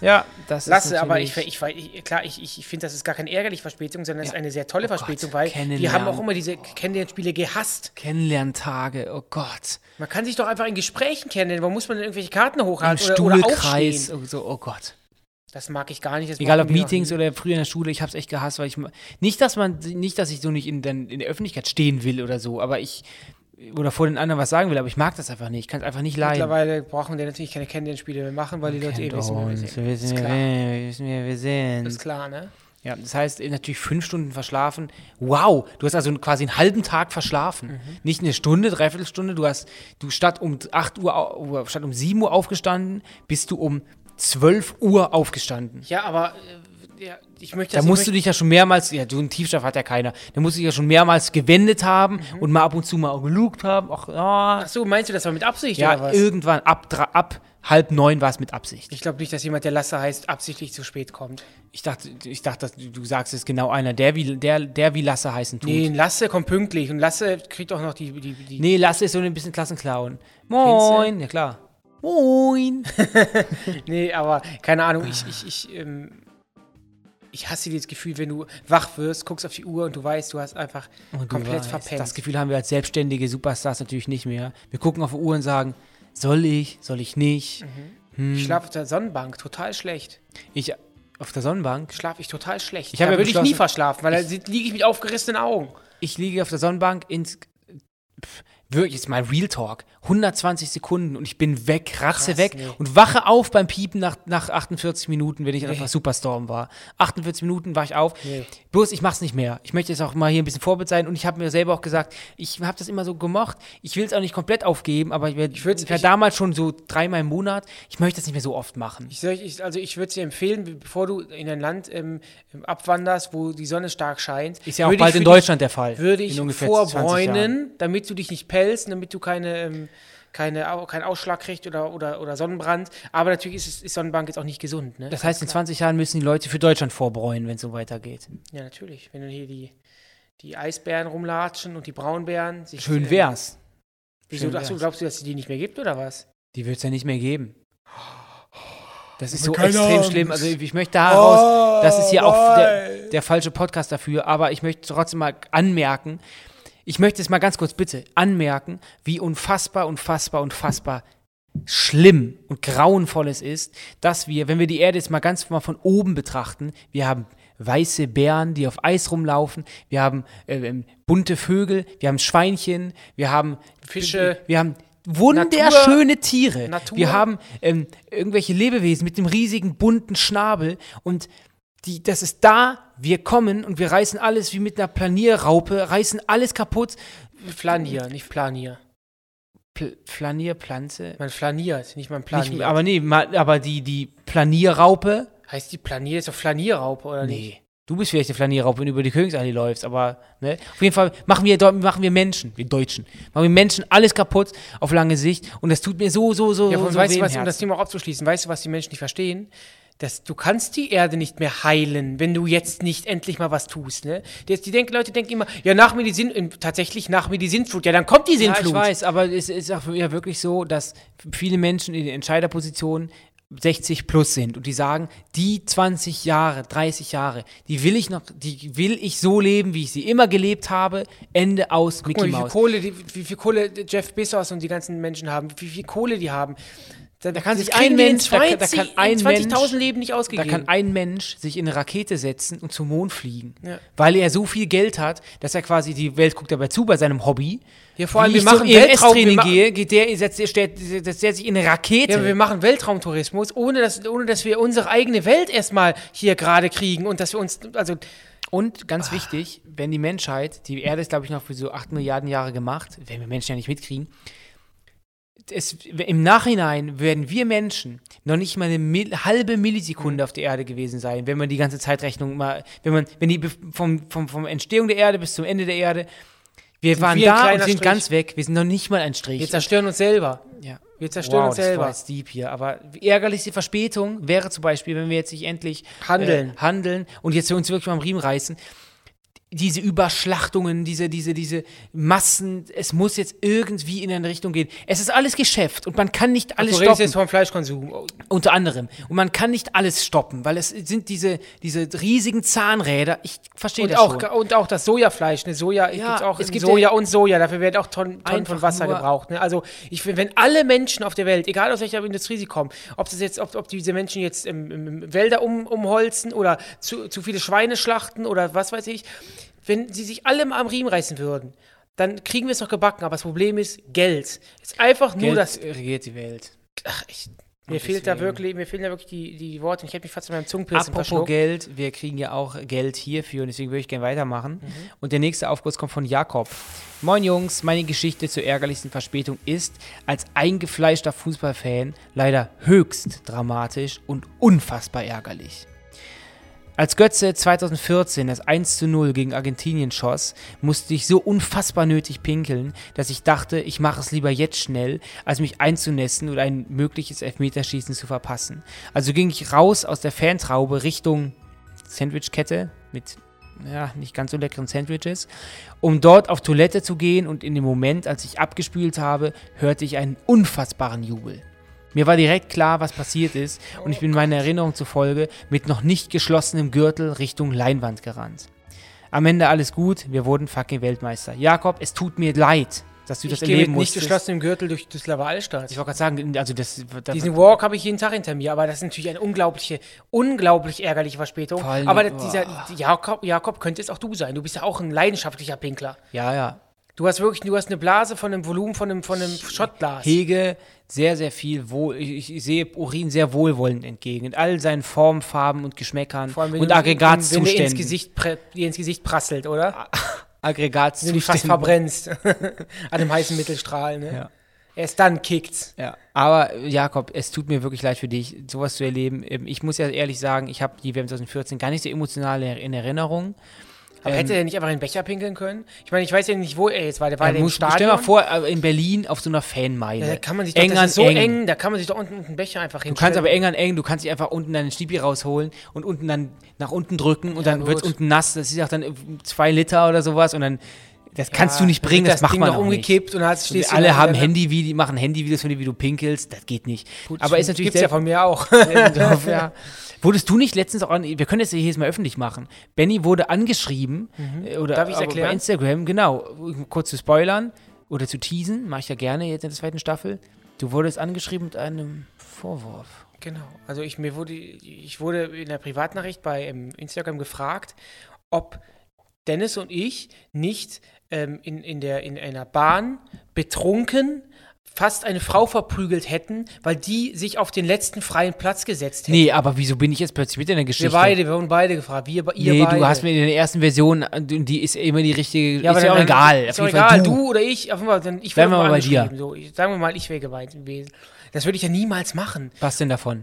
[SPEAKER 3] ja, das ist
[SPEAKER 2] Lasse, aber ich,
[SPEAKER 3] natürlich-
[SPEAKER 2] ich, ich, klar, ich, ich finde, das ist gar keine ärgerliche Verspätung, sondern es ist eine sehr tolle Verspätung,
[SPEAKER 3] Oh Gott,
[SPEAKER 2] weil wir
[SPEAKER 3] kennenlernen.
[SPEAKER 2] haben auch immer diese Kennenlernspiele gehasst.
[SPEAKER 3] Kennenlerntage, oh Gott.
[SPEAKER 2] Man kann sich doch einfach in Gesprächen kennenlernen. Warum muss man denn irgendwelche Karten
[SPEAKER 3] Im
[SPEAKER 2] hochhalten oder, oder
[SPEAKER 3] Stuhlkreis,
[SPEAKER 2] aufstehen?
[SPEAKER 3] oh, so, oh Gott.
[SPEAKER 2] Das mag ich gar nicht. das
[SPEAKER 3] Egal
[SPEAKER 2] macht
[SPEAKER 3] ob
[SPEAKER 2] mir noch
[SPEAKER 3] Meetings
[SPEAKER 2] nie.
[SPEAKER 3] oder früher in der Schule, ich hab's echt gehasst, weil ich ma- nicht, dass man nicht, dass ich so nicht in, den, in der Öffentlichkeit stehen will oder so, aber ich oder vor den anderen was sagen will, aber ich mag das einfach nicht, ich kann es einfach nicht leiden.
[SPEAKER 2] Mittlerweile brauchen wir natürlich keine Kennenlernspiele mehr machen, weil die Leute eh wissen, wer wir sind.
[SPEAKER 3] wir
[SPEAKER 2] Ist
[SPEAKER 3] wissen,
[SPEAKER 2] klar.
[SPEAKER 3] wer wir wissen, wer wir sind.
[SPEAKER 2] Ist klar, ne?
[SPEAKER 3] Ja, das heißt, eh, natürlich fünf Stunden verschlafen. Wow, du hast also quasi einen halben Tag verschlafen.
[SPEAKER 2] Mhm.
[SPEAKER 3] Nicht eine Stunde, Dreiviertelstunde. Du hast, du statt um 8 Uhr, au- oder statt um 7 Uhr aufgestanden, bist du um 12 Uhr aufgestanden.
[SPEAKER 2] Ja, aber äh, ja, ich möchte
[SPEAKER 3] Da
[SPEAKER 2] das
[SPEAKER 3] musst
[SPEAKER 2] ich
[SPEAKER 3] du dich ja schon mehrmals, ja, so einen Tiefschlaf hat ja keiner. Da musst du dich ja schon mehrmals gewendet haben
[SPEAKER 2] Mhm.
[SPEAKER 3] und mal ab und zu mal auch gelugt haben. Ach, ja,
[SPEAKER 2] Ach so, meinst du, das war mit Absicht oder
[SPEAKER 3] ja
[SPEAKER 2] was?
[SPEAKER 3] irgendwann ab, dra- ab halb neun war es mit Absicht.
[SPEAKER 2] Ich glaube nicht, dass jemand, der Lasse heißt, absichtlich zu spät kommt.
[SPEAKER 3] Ich dachte, ich dachte, dass du- du sagst es ist genau einer, der wie, der, der wie Lasse heißen tut.
[SPEAKER 2] Nee, Lasse kommt pünktlich und Lasse kriegt auch noch die. die, die
[SPEAKER 3] Nee, Lasse ist so ein bisschen Klassenclown. Moin. Ja, klar. Moin.
[SPEAKER 2] Nee, aber keine Ahnung,
[SPEAKER 3] Ah.
[SPEAKER 2] ich, ich, ich, ähm, ich hasse dieses Gefühl, wenn du wach wirst, guckst auf die Uhr und du weißt, du hast einfach komplett verpennt.
[SPEAKER 3] Das Gefühl haben wir als selbstständige Superstars natürlich nicht mehr. Wir gucken auf die Uhr und sagen, soll ich, soll ich nicht?
[SPEAKER 2] Mhm. Ich schlafe auf der Sonnenbank total schlecht.
[SPEAKER 3] Ich auf der Sonnenbank.
[SPEAKER 2] Schlafe ich total schlecht.
[SPEAKER 3] Ich hab
[SPEAKER 2] da
[SPEAKER 3] ja
[SPEAKER 2] würde ich nie
[SPEAKER 3] beschlossen-
[SPEAKER 2] verschlafen, weil da liege ich mit aufgerissenen Augen.
[SPEAKER 3] Ich liege auf der Sonnenbank ins Pff, wirklich jetzt mal Real Talk. 120 Sekunden und ich bin weg, ratze
[SPEAKER 2] Krass,
[SPEAKER 3] weg
[SPEAKER 2] nee.
[SPEAKER 3] und wache auf beim Piepen nach, nach 48 Minuten, wenn ich einfach Superstorm war. 48 Minuten war ich auf.
[SPEAKER 2] Nee.
[SPEAKER 3] Bloß ich mach's nicht mehr. Ich möchte jetzt auch mal hier ein bisschen Vorbild sein und ich habe mir selber auch gesagt, ich habe das immer so gemocht. Ich will es auch nicht komplett aufgeben, aber ich, wär- ich
[SPEAKER 2] würd's-
[SPEAKER 3] war
[SPEAKER 2] ich-
[SPEAKER 3] damals schon so dreimal im Monat. Ich möchte das nicht mehr so oft machen.
[SPEAKER 2] Ich, soll- ich, also ich würde dir empfehlen, be- bevor du in ein Land ähm, abwanderst, wo die Sonne stark scheint,
[SPEAKER 3] Ist ja auch
[SPEAKER 2] würde ich
[SPEAKER 3] bald
[SPEAKER 2] für
[SPEAKER 3] in
[SPEAKER 2] dich-
[SPEAKER 3] Deutschland der Fall.
[SPEAKER 2] würde
[SPEAKER 3] in
[SPEAKER 2] ich
[SPEAKER 3] ungefähr 20 Jahren.
[SPEAKER 2] vorbräunen, damit du dich nicht pelzt, und damit du keine, ähm, keine, au- keinen Ausschlag kriegst oder, oder, oder Sonnenbrand. Aber natürlich ist, es- ist Sonnenbank jetzt auch nicht gesund, ne?
[SPEAKER 3] Das heißt, in 20 Jahren müssen die Leute für Deutschland vorbräunen, wenn es so weitergeht.
[SPEAKER 2] ja, natürlich. Wenn du hier die, die Eisbären rumlatschen und die Braunbären. Sich,
[SPEAKER 3] Schön
[SPEAKER 2] äh,
[SPEAKER 3] wär's.
[SPEAKER 2] Wieso,
[SPEAKER 3] schön
[SPEAKER 2] ach so,
[SPEAKER 3] wär's.
[SPEAKER 2] glaubst du, dass es die nicht mehr gibt oder was?
[SPEAKER 3] Die wird's ja nicht mehr geben. Das ist so
[SPEAKER 2] Keine
[SPEAKER 3] extrem
[SPEAKER 2] Angst.
[SPEAKER 3] schlimm. Also ich möchte da raus. Das ist ja auch
[SPEAKER 2] Oh,
[SPEAKER 3] der, der falsche Podcast dafür. Aber ich möchte trotzdem mal anmerken, ich möchte es mal ganz kurz bitte anmerken, wie unfassbar, unfassbar, unfassbar schlimm und grauenvoll es ist, dass wir, wenn wir die Erde jetzt mal ganz mal von oben betrachten, wir haben weiße Bären, die auf Eis rumlaufen, wir haben äh, ähm, bunte Vögel, wir haben Schweinchen, wir haben
[SPEAKER 2] Fische.
[SPEAKER 3] wir haben wunderschöne Tiere,
[SPEAKER 2] Natur.
[SPEAKER 3] wir haben ähm, irgendwelche Lebewesen mit dem riesigen bunten Schnabel und die, das ist da, wir kommen und wir reißen alles wie mit einer Planierraupe, reißen alles kaputt.
[SPEAKER 2] Flanier, nicht Planier.
[SPEAKER 3] Pl Planierpflanze?
[SPEAKER 2] Man flaniert, nicht man planiert.
[SPEAKER 3] Nicht, aber nee, ma- aber die, die Planierraupe?
[SPEAKER 2] heißt die Planier ist doch Flanierraupe, oder nicht?
[SPEAKER 3] Nee. Du bist vielleicht eine Flanierraupe, wenn du über die Königsallee läufst, aber ne? auf jeden Fall machen wir, Deu- machen wir Menschen, wir Deutschen, machen wir Menschen alles kaputt auf lange Sicht und das tut mir so, so, so,
[SPEAKER 2] Ja,
[SPEAKER 3] so,
[SPEAKER 2] und
[SPEAKER 3] so
[SPEAKER 2] weißt
[SPEAKER 3] weh
[SPEAKER 2] du
[SPEAKER 3] im
[SPEAKER 2] was, um
[SPEAKER 3] Herzen.
[SPEAKER 2] das Thema auch abzuschließen, weißt du, was die Menschen nicht verstehen? Das, du kannst die Erde nicht mehr heilen, wenn du jetzt nicht endlich mal was tust. Ne? Die, die denken, Leute denken immer, ja, nach mir die Sinn, äh, tatsächlich nach mir die Sinnflut. Ja, dann kommt die
[SPEAKER 3] Ja,
[SPEAKER 2] Sinnflut.
[SPEAKER 3] ich weiß, aber es ist auch ja wirklich so, dass viele Menschen in den Entscheiderpositionen 60 plus sind und die sagen, die 20 Jahre, 30 Jahre, die will ich noch, die will ich so leben, wie ich sie immer gelebt habe, Ende aus
[SPEAKER 2] Guck
[SPEAKER 3] Mickey
[SPEAKER 2] mal, wie viel,
[SPEAKER 3] Mouse.
[SPEAKER 2] Kohle, die, wie viel Kohle Jeff Bezos und die ganzen Menschen haben, wie viel Kohle die haben. Da,
[SPEAKER 3] kann
[SPEAKER 2] das
[SPEAKER 3] sich
[SPEAKER 2] kriegen
[SPEAKER 3] ein
[SPEAKER 2] die in
[SPEAKER 3] Mensch- da kann- da
[SPEAKER 2] 20
[SPEAKER 3] kann ein
[SPEAKER 2] in 20.000
[SPEAKER 3] Mensch-
[SPEAKER 2] Leben nicht
[SPEAKER 3] Da
[SPEAKER 2] ausgegeben.
[SPEAKER 3] kann ein Mensch sich in eine Rakete setzen und zum Mond fliegen,
[SPEAKER 2] Ja.
[SPEAKER 3] weil er so viel Geld hat, dass er quasi die Welt guckt dabei zu bei seinem Hobby.
[SPEAKER 2] Ja, vor allem,
[SPEAKER 3] Wie
[SPEAKER 2] wir
[SPEAKER 3] ich zum
[SPEAKER 2] machen Weltraum- wir
[SPEAKER 3] EMS-Training
[SPEAKER 2] machen-
[SPEAKER 3] gehe, geht der, setzt, der, stellt, setzt der sich in eine Rakete.
[SPEAKER 2] ja, aber wir machen Weltraumtourismus, ohne dass, ohne dass wir unsere eigene Welt erstmal hier gerade kriegen und dass wir uns, also
[SPEAKER 3] Und
[SPEAKER 2] Ah.
[SPEAKER 3] ganz wichtig, wenn die Menschheit, die Erde ist, glaube ich, noch für so 8 Milliarden Jahre gemacht, werden wir Menschen ja nicht mitkriegen. Es, Im Nachhinein werden wir Menschen noch nicht mal eine Mil halbe Millisekunde
[SPEAKER 2] Mhm.
[SPEAKER 3] auf der Erde gewesen sein, wenn man die ganze Zeitrechnung mal, wenn man, wenn die be- vom, vom, vom Entstehung der Erde bis zum Ende der Erde, wir waren
[SPEAKER 2] wir ein
[SPEAKER 3] da und
[SPEAKER 2] kleiner
[SPEAKER 3] sind
[SPEAKER 2] Strich.
[SPEAKER 3] ganz weg, wir sind noch nicht mal ein Strich.
[SPEAKER 2] wir zerstören uns selber.
[SPEAKER 3] ja.
[SPEAKER 2] Wir zerstören
[SPEAKER 3] Wow,
[SPEAKER 2] uns
[SPEAKER 3] das war
[SPEAKER 2] selber.
[SPEAKER 3] jetzt deep hier. Aber ärgerlichste Verspätung wäre zum Beispiel, wenn wir jetzt nicht endlich
[SPEAKER 2] Handeln.
[SPEAKER 3] äh, handeln und jetzt uns wirklich mal am Riemen reißen. Diese Überschlachtungen, diese, diese, diese Massen, es muss jetzt irgendwie in eine Richtung gehen. Es ist alles Geschäft und man kann nicht alles
[SPEAKER 2] du redest
[SPEAKER 3] stoppen.
[SPEAKER 2] jetzt vom Fleischkonsum. Oh,
[SPEAKER 3] Unter anderem. Und man kann nicht alles stoppen, weil es sind diese, diese riesigen Zahnräder. Ich verstehe
[SPEAKER 2] Und
[SPEAKER 3] das
[SPEAKER 2] auch,
[SPEAKER 3] schon.
[SPEAKER 2] und auch das Sojafleisch, ne? Soja,
[SPEAKER 3] Ja,
[SPEAKER 2] gibt's auch
[SPEAKER 3] es
[SPEAKER 2] in
[SPEAKER 3] gibt
[SPEAKER 2] Soja
[SPEAKER 3] ja-
[SPEAKER 2] und Soja, dafür werden auch Tonnen, Tonnen von
[SPEAKER 3] Einfach
[SPEAKER 2] Wasser
[SPEAKER 3] nur-
[SPEAKER 2] gebraucht. Ne? Also ich finde, wenn alle Menschen auf der Welt, egal aus welcher Industrie sie kommen, ob das jetzt, ob, ob diese Menschen jetzt im, im im Wälder um, umholzen oder zu, zu viele Schweine schlachten oder was weiß ich, wenn sie sich alle mal am Riemen reißen würden, dann kriegen wir es noch gebacken. Aber das Problem ist Geld. Es ist einfach nur
[SPEAKER 3] Geld
[SPEAKER 2] das.
[SPEAKER 3] regiert die Welt.
[SPEAKER 2] Ach, ich, mir fehlt da
[SPEAKER 3] deswegen-
[SPEAKER 2] wirklich, mir fehlen da wirklich die, die Worte. Ich hätte mich fast an meinem Zungenpilz
[SPEAKER 3] Apropos
[SPEAKER 2] verschluckt.
[SPEAKER 3] Geld, wir kriegen ja auch Geld hierfür und deswegen würde ich gerne weitermachen. Und der nächste Aufguss kommt von Jakob. Moin Jungs, meine Geschichte zur ärgerlichsten Verspätung ist als eingefleischter Fußballfan leider höchst dramatisch und unfassbar ärgerlich. Als Götze 2014 das 1 zu 0 gegen Argentinien schoss, musste ich so unfassbar nötig pinkeln, dass ich dachte, ich mache es lieber jetzt schnell, als mich einzunässen und ein mögliches Elfmeterschießen zu verpassen. Also ging ich raus aus der Fantraube Richtung Sandwichkette mit ja, nicht ganz so leckeren Sandwiches, um dort auf Toilette zu gehen und in dem Moment, als ich abgespült habe, hörte ich einen unfassbaren Jubel. Mir war direkt klar, was passiert ist und ich bin meiner Erinnerung zufolge mit noch nicht geschlossenem Gürtel Richtung Leinwand gerannt. Am Ende alles gut, wir wurden fucking Weltmeister. Jakob, es tut mir leid, dass du
[SPEAKER 2] Ich
[SPEAKER 3] das
[SPEAKER 2] gehe mit
[SPEAKER 3] erleben
[SPEAKER 2] nicht
[SPEAKER 3] musstest.
[SPEAKER 2] geschlossenem Gürtel durch Düsseldorfer Altstadt.
[SPEAKER 3] ich wollte gerade sagen, also das, das
[SPEAKER 2] Diesen Walk habe ich jeden Tag hinter mir, aber das ist natürlich eine unglaubliche, unglaublich ärgerliche Verspätung.
[SPEAKER 3] Vor allen
[SPEAKER 2] Aber
[SPEAKER 3] Dingen,
[SPEAKER 2] dieser Jakob, Jakob könnte es auch du sein. Du bist ja auch ein leidenschaftlicher Pinkler.
[SPEAKER 3] ja, ja,
[SPEAKER 2] Du hast wirklich, du hast eine Blase von einem Volumen von einem, von einem Schottglas.
[SPEAKER 3] hege sehr, sehr viel wohl. Ich, ich sehe Urin sehr wohlwollend entgegen. In all seinen Formen, Farben und Geschmäckern
[SPEAKER 2] Vor allem, wenn
[SPEAKER 3] und
[SPEAKER 2] du- wenn du
[SPEAKER 3] Aggregatzuständen.
[SPEAKER 2] dir ins Gesicht, prä- dir ins Gesicht prasselt,
[SPEAKER 3] Ah,
[SPEAKER 2] oder? Wenn du dich fast
[SPEAKER 3] Aggregatzuständen.
[SPEAKER 2] verbrennst. An einem heißen Mittelstrahl, ne?
[SPEAKER 3] Ja.
[SPEAKER 2] Erst dann kickt's.
[SPEAKER 3] Ja. Aber äh, Jakob, es tut mir wirklich leid für dich, sowas zu erleben. Ähm, Ich muss ja ehrlich sagen, ich habe die WM 2014 gar nicht so emotional in- in Erinnerung. Ähm.
[SPEAKER 2] Aber hätte er nicht einfach in den Becher pinkeln können? Ich meine, ich weiß ja nicht, wo er jetzt war. Der war ja, im
[SPEAKER 3] Er Ähm, muss,
[SPEAKER 2] Stadion.
[SPEAKER 3] stell dir mal vor, äh, in Berlin auf so einer Fanmeile.
[SPEAKER 2] da Äh, kann man sich doch, das
[SPEAKER 3] an
[SPEAKER 2] ist so eng. da kann man sich doch unten unten einen Becher einfach
[SPEAKER 3] Du kannst
[SPEAKER 2] hinstellen.
[SPEAKER 3] aber eng an eng, du kannst dich einfach unten deinen Schnippi rausholen und unten dann nach unten drücken und dann wird es
[SPEAKER 2] gut.
[SPEAKER 3] unten nass. Das ist auch dann äh, zwei Liter oder sowas und dann, das kannst du nicht
[SPEAKER 2] dann
[SPEAKER 3] bringen,
[SPEAKER 2] wird
[SPEAKER 3] das, macht
[SPEAKER 2] Ding
[SPEAKER 3] man
[SPEAKER 2] noch
[SPEAKER 3] auch nicht.
[SPEAKER 2] umgekippt und dann hast- stehst
[SPEAKER 3] Und
[SPEAKER 2] du
[SPEAKER 3] alle
[SPEAKER 2] da
[SPEAKER 3] haben
[SPEAKER 2] wieder-
[SPEAKER 3] Handy, machen Handyvideos von dir, wie du pinkelst, das geht nicht. aber ist natürlich
[SPEAKER 2] gibt's ja
[SPEAKER 3] sehr,
[SPEAKER 2] von mir auch.
[SPEAKER 3] Dorf, ja. Wurdest du nicht letztens auch an, wir können das ja jedes Mal öffentlich machen. Benny wurde angeschrieben äh, oder
[SPEAKER 2] Mhm. Darf ich's
[SPEAKER 3] aber
[SPEAKER 2] erklären?
[SPEAKER 3] bei Instagram, genau, kurz zu spoilern oder zu teasen, mache ich ja gerne jetzt in der zweiten Staffel. Du wurdest angeschrieben mit einem Vorwurf.
[SPEAKER 2] genau. Also ich mir wurde ich wurde in der Privatnachricht bei ähm, Instagram gefragt, ob Dennis und ich nicht ähm, in, in, der, in einer Bahn betrunken fast eine Frau verprügelt hätten, weil die sich auf den letzten freien Platz gesetzt hätte.
[SPEAKER 3] Nee, aber wieso bin ich jetzt plötzlich mit in der
[SPEAKER 2] wir
[SPEAKER 3] Geschichte?
[SPEAKER 2] beide, wir wurden beide gefragt. Wir, ihr
[SPEAKER 3] nee,
[SPEAKER 2] beide.
[SPEAKER 3] du hast mir in der ersten Version, äh, die ist immer die richtige,
[SPEAKER 2] Ja, aber
[SPEAKER 3] ist ja auch
[SPEAKER 2] dann-
[SPEAKER 3] egal.
[SPEAKER 2] Ist
[SPEAKER 3] Auf
[SPEAKER 2] auch
[SPEAKER 3] jeden Fall
[SPEAKER 2] egal, du. oder ich. Auf jeden Fall, dann, ich
[SPEAKER 3] Bleiben
[SPEAKER 2] wurde
[SPEAKER 3] wir mal bei
[SPEAKER 2] angeschrieben,
[SPEAKER 3] dir.
[SPEAKER 2] So, ich, sagen wir mal, ich wäre gemeint gewesen. Das würde ich ja niemals machen.
[SPEAKER 3] Was denn davon?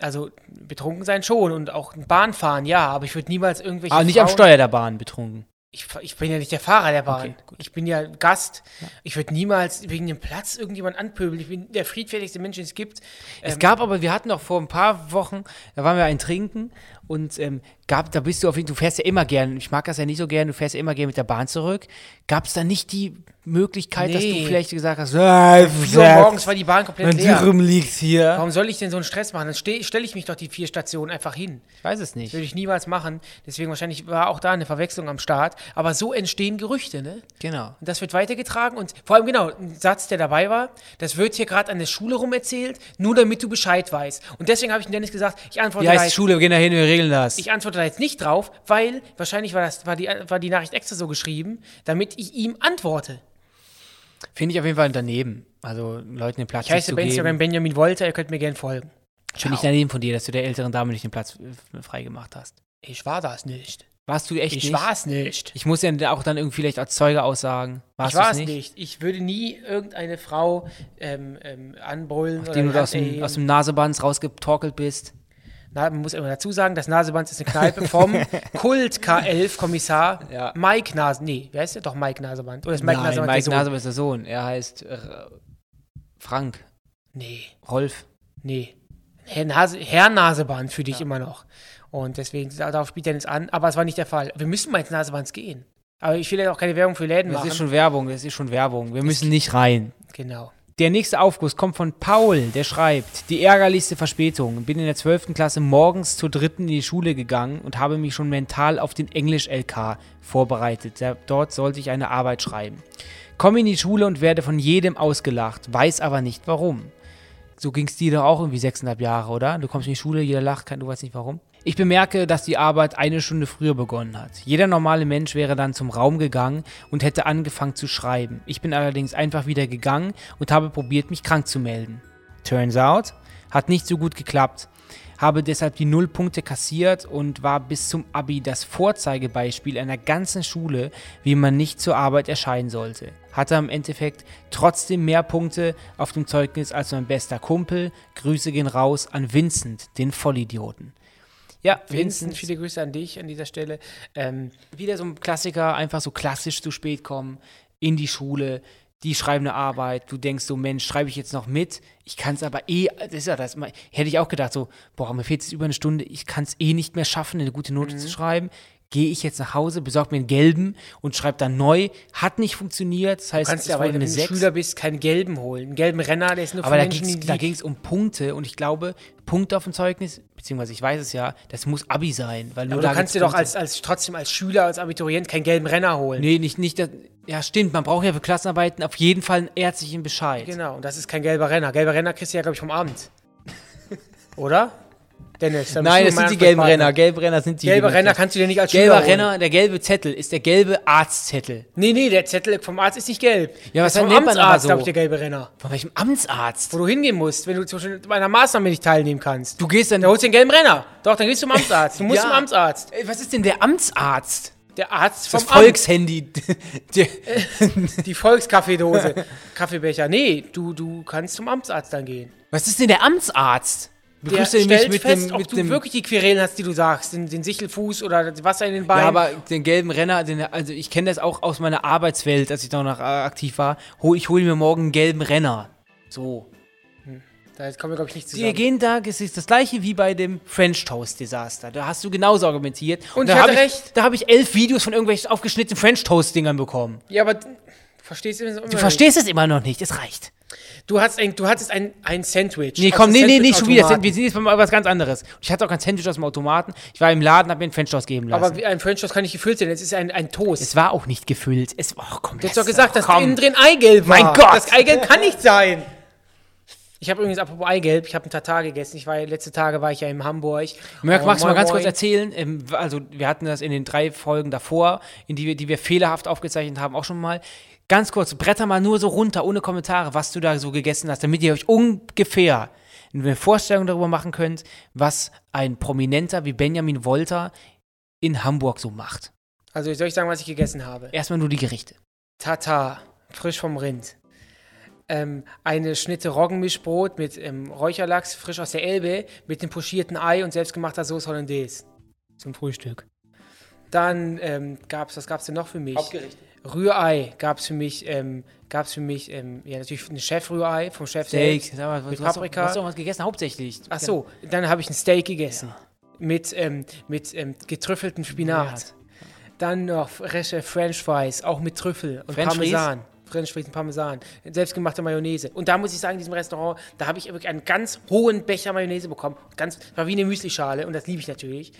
[SPEAKER 2] Also betrunken sein schon und auch Bahn fahren, ja, aber ich würde niemals irgendwelche.
[SPEAKER 3] Ah, nicht am
[SPEAKER 2] Frauen-
[SPEAKER 3] Steuer der Bahn betrunken.
[SPEAKER 2] Ich, fahr- ich bin ja nicht der Fahrer der Bahn. ich bin ja Gast. Ich würde niemals wegen dem Platz irgendjemand anpöbeln. Ich bin der friedfertigste Mensch, den es gibt. Ähm.
[SPEAKER 3] Es gab aber, wir hatten auch vor ein paar Wochen, da waren wir ein Trinken und ähm, gab, da bist du auf jeden Fall, du fährst ja immer gern, ich mag das ja nicht so gern, du fährst ja immer gern mit der Bahn zurück. Gab es da nicht die Möglichkeit, dass du
[SPEAKER 2] Nee.
[SPEAKER 3] vielleicht gesagt hast, äh,
[SPEAKER 2] Vier Uhr morgens war die Bahn komplett
[SPEAKER 3] mein
[SPEAKER 2] leer.
[SPEAKER 3] Dürüm liegt hier.
[SPEAKER 2] Warum soll ich denn so einen Stress machen? Dann stelle ich mich doch die vier Stationen einfach hin.
[SPEAKER 3] Ich weiß es nicht.
[SPEAKER 2] Würde ich niemals machen. Deswegen wahrscheinlich war auch da eine Verwechslung am Start. Aber so entstehen Gerüchte, ne?
[SPEAKER 3] Genau.
[SPEAKER 2] Und das wird weitergetragen und vor allem genau, ein Satz, der dabei war, das wird hier gerade an der Schule rum erzählt, nur damit du Bescheid weißt. Und deswegen habe ich dem Dennis gesagt, ich antworte,
[SPEAKER 3] Wie
[SPEAKER 2] da
[SPEAKER 3] heißt die
[SPEAKER 2] jetzt,
[SPEAKER 3] Schule? Wir gehen da hin, wir regeln das.
[SPEAKER 2] ich antworte da jetzt nicht drauf, weil wahrscheinlich war, das, war, die, war die Nachricht extra so geschrieben, damit ich ihm antworte.
[SPEAKER 3] Finde ich auf jeden Fall daneben. Also Leuten den Platz
[SPEAKER 2] Ich heiße
[SPEAKER 3] zu
[SPEAKER 2] bei Instagram
[SPEAKER 3] geben.
[SPEAKER 2] Benjamin Wolter, ihr könnt mir gerne folgen.
[SPEAKER 3] Finde ich daneben von dir, dass du der älteren Dame nicht den Platz äh, freigemacht hast.
[SPEAKER 2] Ich war das nicht.
[SPEAKER 3] Warst du echt
[SPEAKER 2] Ich,
[SPEAKER 3] nicht?
[SPEAKER 2] war's nicht.
[SPEAKER 3] Ich muss ja auch dann irgendwie vielleicht als Zeuge aussagen.
[SPEAKER 2] ich
[SPEAKER 3] Warst du es
[SPEAKER 2] war's
[SPEAKER 3] nicht?
[SPEAKER 2] nicht. Ich würde nie irgendeine Frau ähm, ähm, anbrüllen. oder
[SPEAKER 3] Dem
[SPEAKER 2] die
[SPEAKER 3] du aus
[SPEAKER 2] Hand
[SPEAKER 3] dem,
[SPEAKER 2] erheben.
[SPEAKER 3] aus dem Naseband rausgetorkelt bist.
[SPEAKER 2] Na, man muss immer dazu sagen, das Naseband ist eine Kneipe vom Kult K11-Kommissar
[SPEAKER 3] Ja.
[SPEAKER 2] Mike Naseband. Nee, wer ist der doch Mike Naseband? Oder ist Mike Naseband der
[SPEAKER 3] Mike
[SPEAKER 2] Sohn?
[SPEAKER 3] Naseband ist der Sohn. Er heißt äh, Frank,
[SPEAKER 2] Nee,
[SPEAKER 3] Rolf.
[SPEAKER 2] nee. Herr, Nase, Herr Naseband für dich immer noch. Und deswegen, da- darauf spielt Dennis an. Aber es war nicht der Fall. Wir müssen mal ins Naseband gehen. Aber ich will ja auch keine Werbung für Läden
[SPEAKER 3] Das
[SPEAKER 2] machen.
[SPEAKER 3] ist schon Werbung, das ist schon Werbung. Wir müssen nicht rein.
[SPEAKER 2] genau.
[SPEAKER 3] Der nächste Aufguss kommt von Paul, der schreibt, die ärgerlichste Verspätung. Bin in der 12. Klasse morgens zur dritten in die Schule gegangen und habe mich schon mental auf den Englisch-LK vorbereitet. Da, dort sollte ich eine Arbeit schreiben. Komme in die Schule und werde von jedem ausgelacht, weiß aber nicht warum. So ging es dir doch auch irgendwie sechseinhalb Jahre, oder? Du kommst in die Schule, jeder lacht, kein- du weißt nicht warum. Ich bemerke, dass die Arbeit eine Stunde früher begonnen hat. Jeder normale Mensch wäre dann zum Raum gegangen und hätte angefangen zu schreiben. Ich bin allerdings einfach wieder gegangen und habe probiert, mich krank zu melden. Turns out, hat nicht so gut geklappt. Habe deshalb die Nullpunkte kassiert und war bis zum Abi das Vorzeigebeispiel einer ganzen Schule, wie man nicht zur Arbeit erscheinen sollte. Hatte am Endeffekt trotzdem mehr Punkte auf dem Zeugnis als mein bester Kumpel. Grüße gehen raus an Vincent, den Vollidioten. Ja,
[SPEAKER 2] Vincent,
[SPEAKER 3] Vincent,
[SPEAKER 2] viele Grüße an dich an dieser Stelle. Ähm,
[SPEAKER 3] wieder so ein Klassiker, einfach so klassisch zu spät kommen, in die Schule, die schreiben eine Arbeit, du denkst so, Mensch, schreibe ich jetzt noch mit? Ich kann es aber eh, das ist ja das, hätte ich auch gedacht, so, boah, mir fehlt jetzt über eine Stunde, ich kann es eh nicht mehr schaffen, eine gute Note
[SPEAKER 2] Mhm.
[SPEAKER 3] zu schreiben. Gehe ich jetzt nach Hause, besorge mir einen gelben und schreibe dann neu. Hat nicht funktioniert, das heißt,
[SPEAKER 2] du kannst
[SPEAKER 3] es
[SPEAKER 2] ja, weil
[SPEAKER 3] wurde
[SPEAKER 2] du
[SPEAKER 3] eine
[SPEAKER 2] ein
[SPEAKER 3] 6.
[SPEAKER 2] Schüler bist, keinen gelben holen. Einen gelben Renner, der ist nur
[SPEAKER 3] Aber da
[SPEAKER 2] Menschen,
[SPEAKER 3] ging's-
[SPEAKER 2] die-
[SPEAKER 3] da ging es um Punkte und ich glaube, Punkte auf dem Zeugnis, beziehungsweise ich weiß es ja, das muss Abi sein. Weil nur
[SPEAKER 2] Aber
[SPEAKER 3] da
[SPEAKER 2] du kannst dir
[SPEAKER 3] gibt's
[SPEAKER 2] doch
[SPEAKER 3] Punkte.
[SPEAKER 2] als, als, trotzdem als Schüler, als Abiturient keinen gelben Renner holen.
[SPEAKER 3] Nee, nicht, nicht. Das, ja, stimmt. Man braucht ja für Klassenarbeiten auf jeden Fall einen ärztlichen Bescheid.
[SPEAKER 2] Genau, und das ist kein gelber Renner. Gelber Renner kriegst du ja, glaube ich, vom Amt. Oder? Dennis, da bist
[SPEAKER 3] Nein,
[SPEAKER 2] du
[SPEAKER 3] das
[SPEAKER 2] mein
[SPEAKER 3] sind die gelben
[SPEAKER 2] Ansprechpartner.
[SPEAKER 3] Renner. Gelbe Renner sind die.
[SPEAKER 2] Gelber
[SPEAKER 3] die-
[SPEAKER 2] Renner kannst du dir nicht als
[SPEAKER 3] Gelber
[SPEAKER 2] Schüler holen.
[SPEAKER 3] Renner, der gelbe Zettel ist der gelbe Arztzettel.
[SPEAKER 2] Nee, nee, der Zettel vom Arzt ist nicht gelb.
[SPEAKER 3] Ja, was
[SPEAKER 2] das ist vom
[SPEAKER 3] nennt man aber so?
[SPEAKER 2] glaube ich, der gelbe Renner.
[SPEAKER 3] Von welchem Amtsarzt?
[SPEAKER 2] Wo du hingehen musst, wenn du zum Beispiel bei einer Maßnahme nicht teilnehmen kannst.
[SPEAKER 3] Du gehst dann.
[SPEAKER 2] Da holst du den gelben Renner. Doch, dann gehst du zum Amtsarzt. Du musst
[SPEAKER 3] Ja.
[SPEAKER 2] zum Amtsarzt.
[SPEAKER 3] Ey, Was ist denn der Amtsarzt?
[SPEAKER 2] Der Arzt vom
[SPEAKER 3] Das Volkshandy. Der-
[SPEAKER 2] Amt. Die Volkskaffeedose. Kaffeebecher. Nee, du, du kannst zum Amtsarzt dann gehen.
[SPEAKER 3] Was ist denn der Amtsarzt?
[SPEAKER 2] Der
[SPEAKER 3] ihn
[SPEAKER 2] stellt fest, ob du
[SPEAKER 3] dem-
[SPEAKER 2] wirklich die Querelen hast, die du sagst. Den, den Sichelfuß oder das Wasser in den Beinen.
[SPEAKER 3] Ja, aber den gelben Renner, den, also ich kenne das auch aus meiner Arbeitswelt, als ich da noch äh, aktiv war. Hol, ich hole mir morgen einen gelben Renner. So.
[SPEAKER 2] Da kommen wir, glaube ich, nicht zusammen.
[SPEAKER 3] Wir gehen da, es ist das gleiche wie bei dem French Toast Desaster. Da hast du genauso argumentiert. Und,
[SPEAKER 2] ich
[SPEAKER 3] da
[SPEAKER 2] hatte
[SPEAKER 3] hab
[SPEAKER 2] recht.
[SPEAKER 3] Da habe ich elf Videos von irgendwelchen aufgeschnittenen French Toast Dingern bekommen.
[SPEAKER 2] Ja, aber du verstehst du immer
[SPEAKER 3] Du verstehst es immer noch nicht, es reicht.
[SPEAKER 2] Du hattest ein, du hattest ein, ein Sandwich.
[SPEAKER 3] Nee,
[SPEAKER 2] aus
[SPEAKER 3] komm,
[SPEAKER 2] dem
[SPEAKER 3] nee, nee, nee, schon wieder.
[SPEAKER 2] Sandwichautomaten.
[SPEAKER 3] Wir sind jetzt mal was ganz anderes. Und Ich hatte auch kein Sandwich aus dem Automaten. Ich war im Laden, habe mir einen French Toast geben lassen.
[SPEAKER 2] Aber wie ein French Toast kann nicht gefüllt sein. Es ist ein, ein Toast.
[SPEAKER 3] es war auch nicht gefüllt. Es war, oh, komm,
[SPEAKER 2] du hast doch gesagt, dass innen drin Eigelb war.
[SPEAKER 3] Mein Gott.
[SPEAKER 2] Das Eigelb kann nicht sein. Ich habe übrigens, apropos Eigelb, ich habe einen Tatar gegessen. Ich war, ja- letzte Tage war ich ja in Hamburg.
[SPEAKER 3] Merk,
[SPEAKER 2] Oh,
[SPEAKER 3] magst du mal
[SPEAKER 2] moin,
[SPEAKER 3] ganz kurz
[SPEAKER 2] moin.
[SPEAKER 3] erzählen? Ähm, Also, wir hatten das in den drei Folgen davor, in die wir, die wir fehlerhaft aufgezeichnet haben, auch schon mal. Ganz kurz, bretter mal nur so runter, ohne Kommentare, was du da so gegessen hast, damit ihr euch ungefähr eine Vorstellung darüber machen könnt, was ein Prominenter wie Benjamin Wolter in Hamburg so macht.
[SPEAKER 2] Also soll ich sagen, was ich gegessen habe?
[SPEAKER 3] Erstmal nur die Gerichte.
[SPEAKER 2] Tata, frisch vom Rind. Ähm, eine Schnitte Roggenmischbrot mit ähm, Räucherlachs, frisch aus der Elbe, mit dem pochierten Ei und selbstgemachter Soße Hollandaise. Zum Frühstück. Dann ähm, gab es, was gab es denn noch für mich?
[SPEAKER 3] Hauptgericht.
[SPEAKER 2] Rührei gab es für mich, ähm, gab es für mich, ähm, ja natürlich ein Chef-Rührei vom Chef
[SPEAKER 3] Steak.
[SPEAKER 2] selbst,
[SPEAKER 3] Sag mal,
[SPEAKER 2] mit
[SPEAKER 3] du hast doch-
[SPEAKER 2] Paprika.
[SPEAKER 3] Du hast doch was gegessen, hauptsächlich.
[SPEAKER 2] Ach so, dann habe ich ein Steak gegessen. Mit, ähm, mit ähm, getrüffeltem Spinat. Dann noch frische French Fries, auch mit Trüffel und
[SPEAKER 3] French Fries?
[SPEAKER 2] Parmesan. French Fries und Parmesan. Selbstgemachte Mayonnaise. Und da muss ich sagen, in diesem Restaurant, da habe ich wirklich einen ganz hohen Becher Mayonnaise bekommen. Ganz, war wie eine Müslischale und das liebe ich natürlich.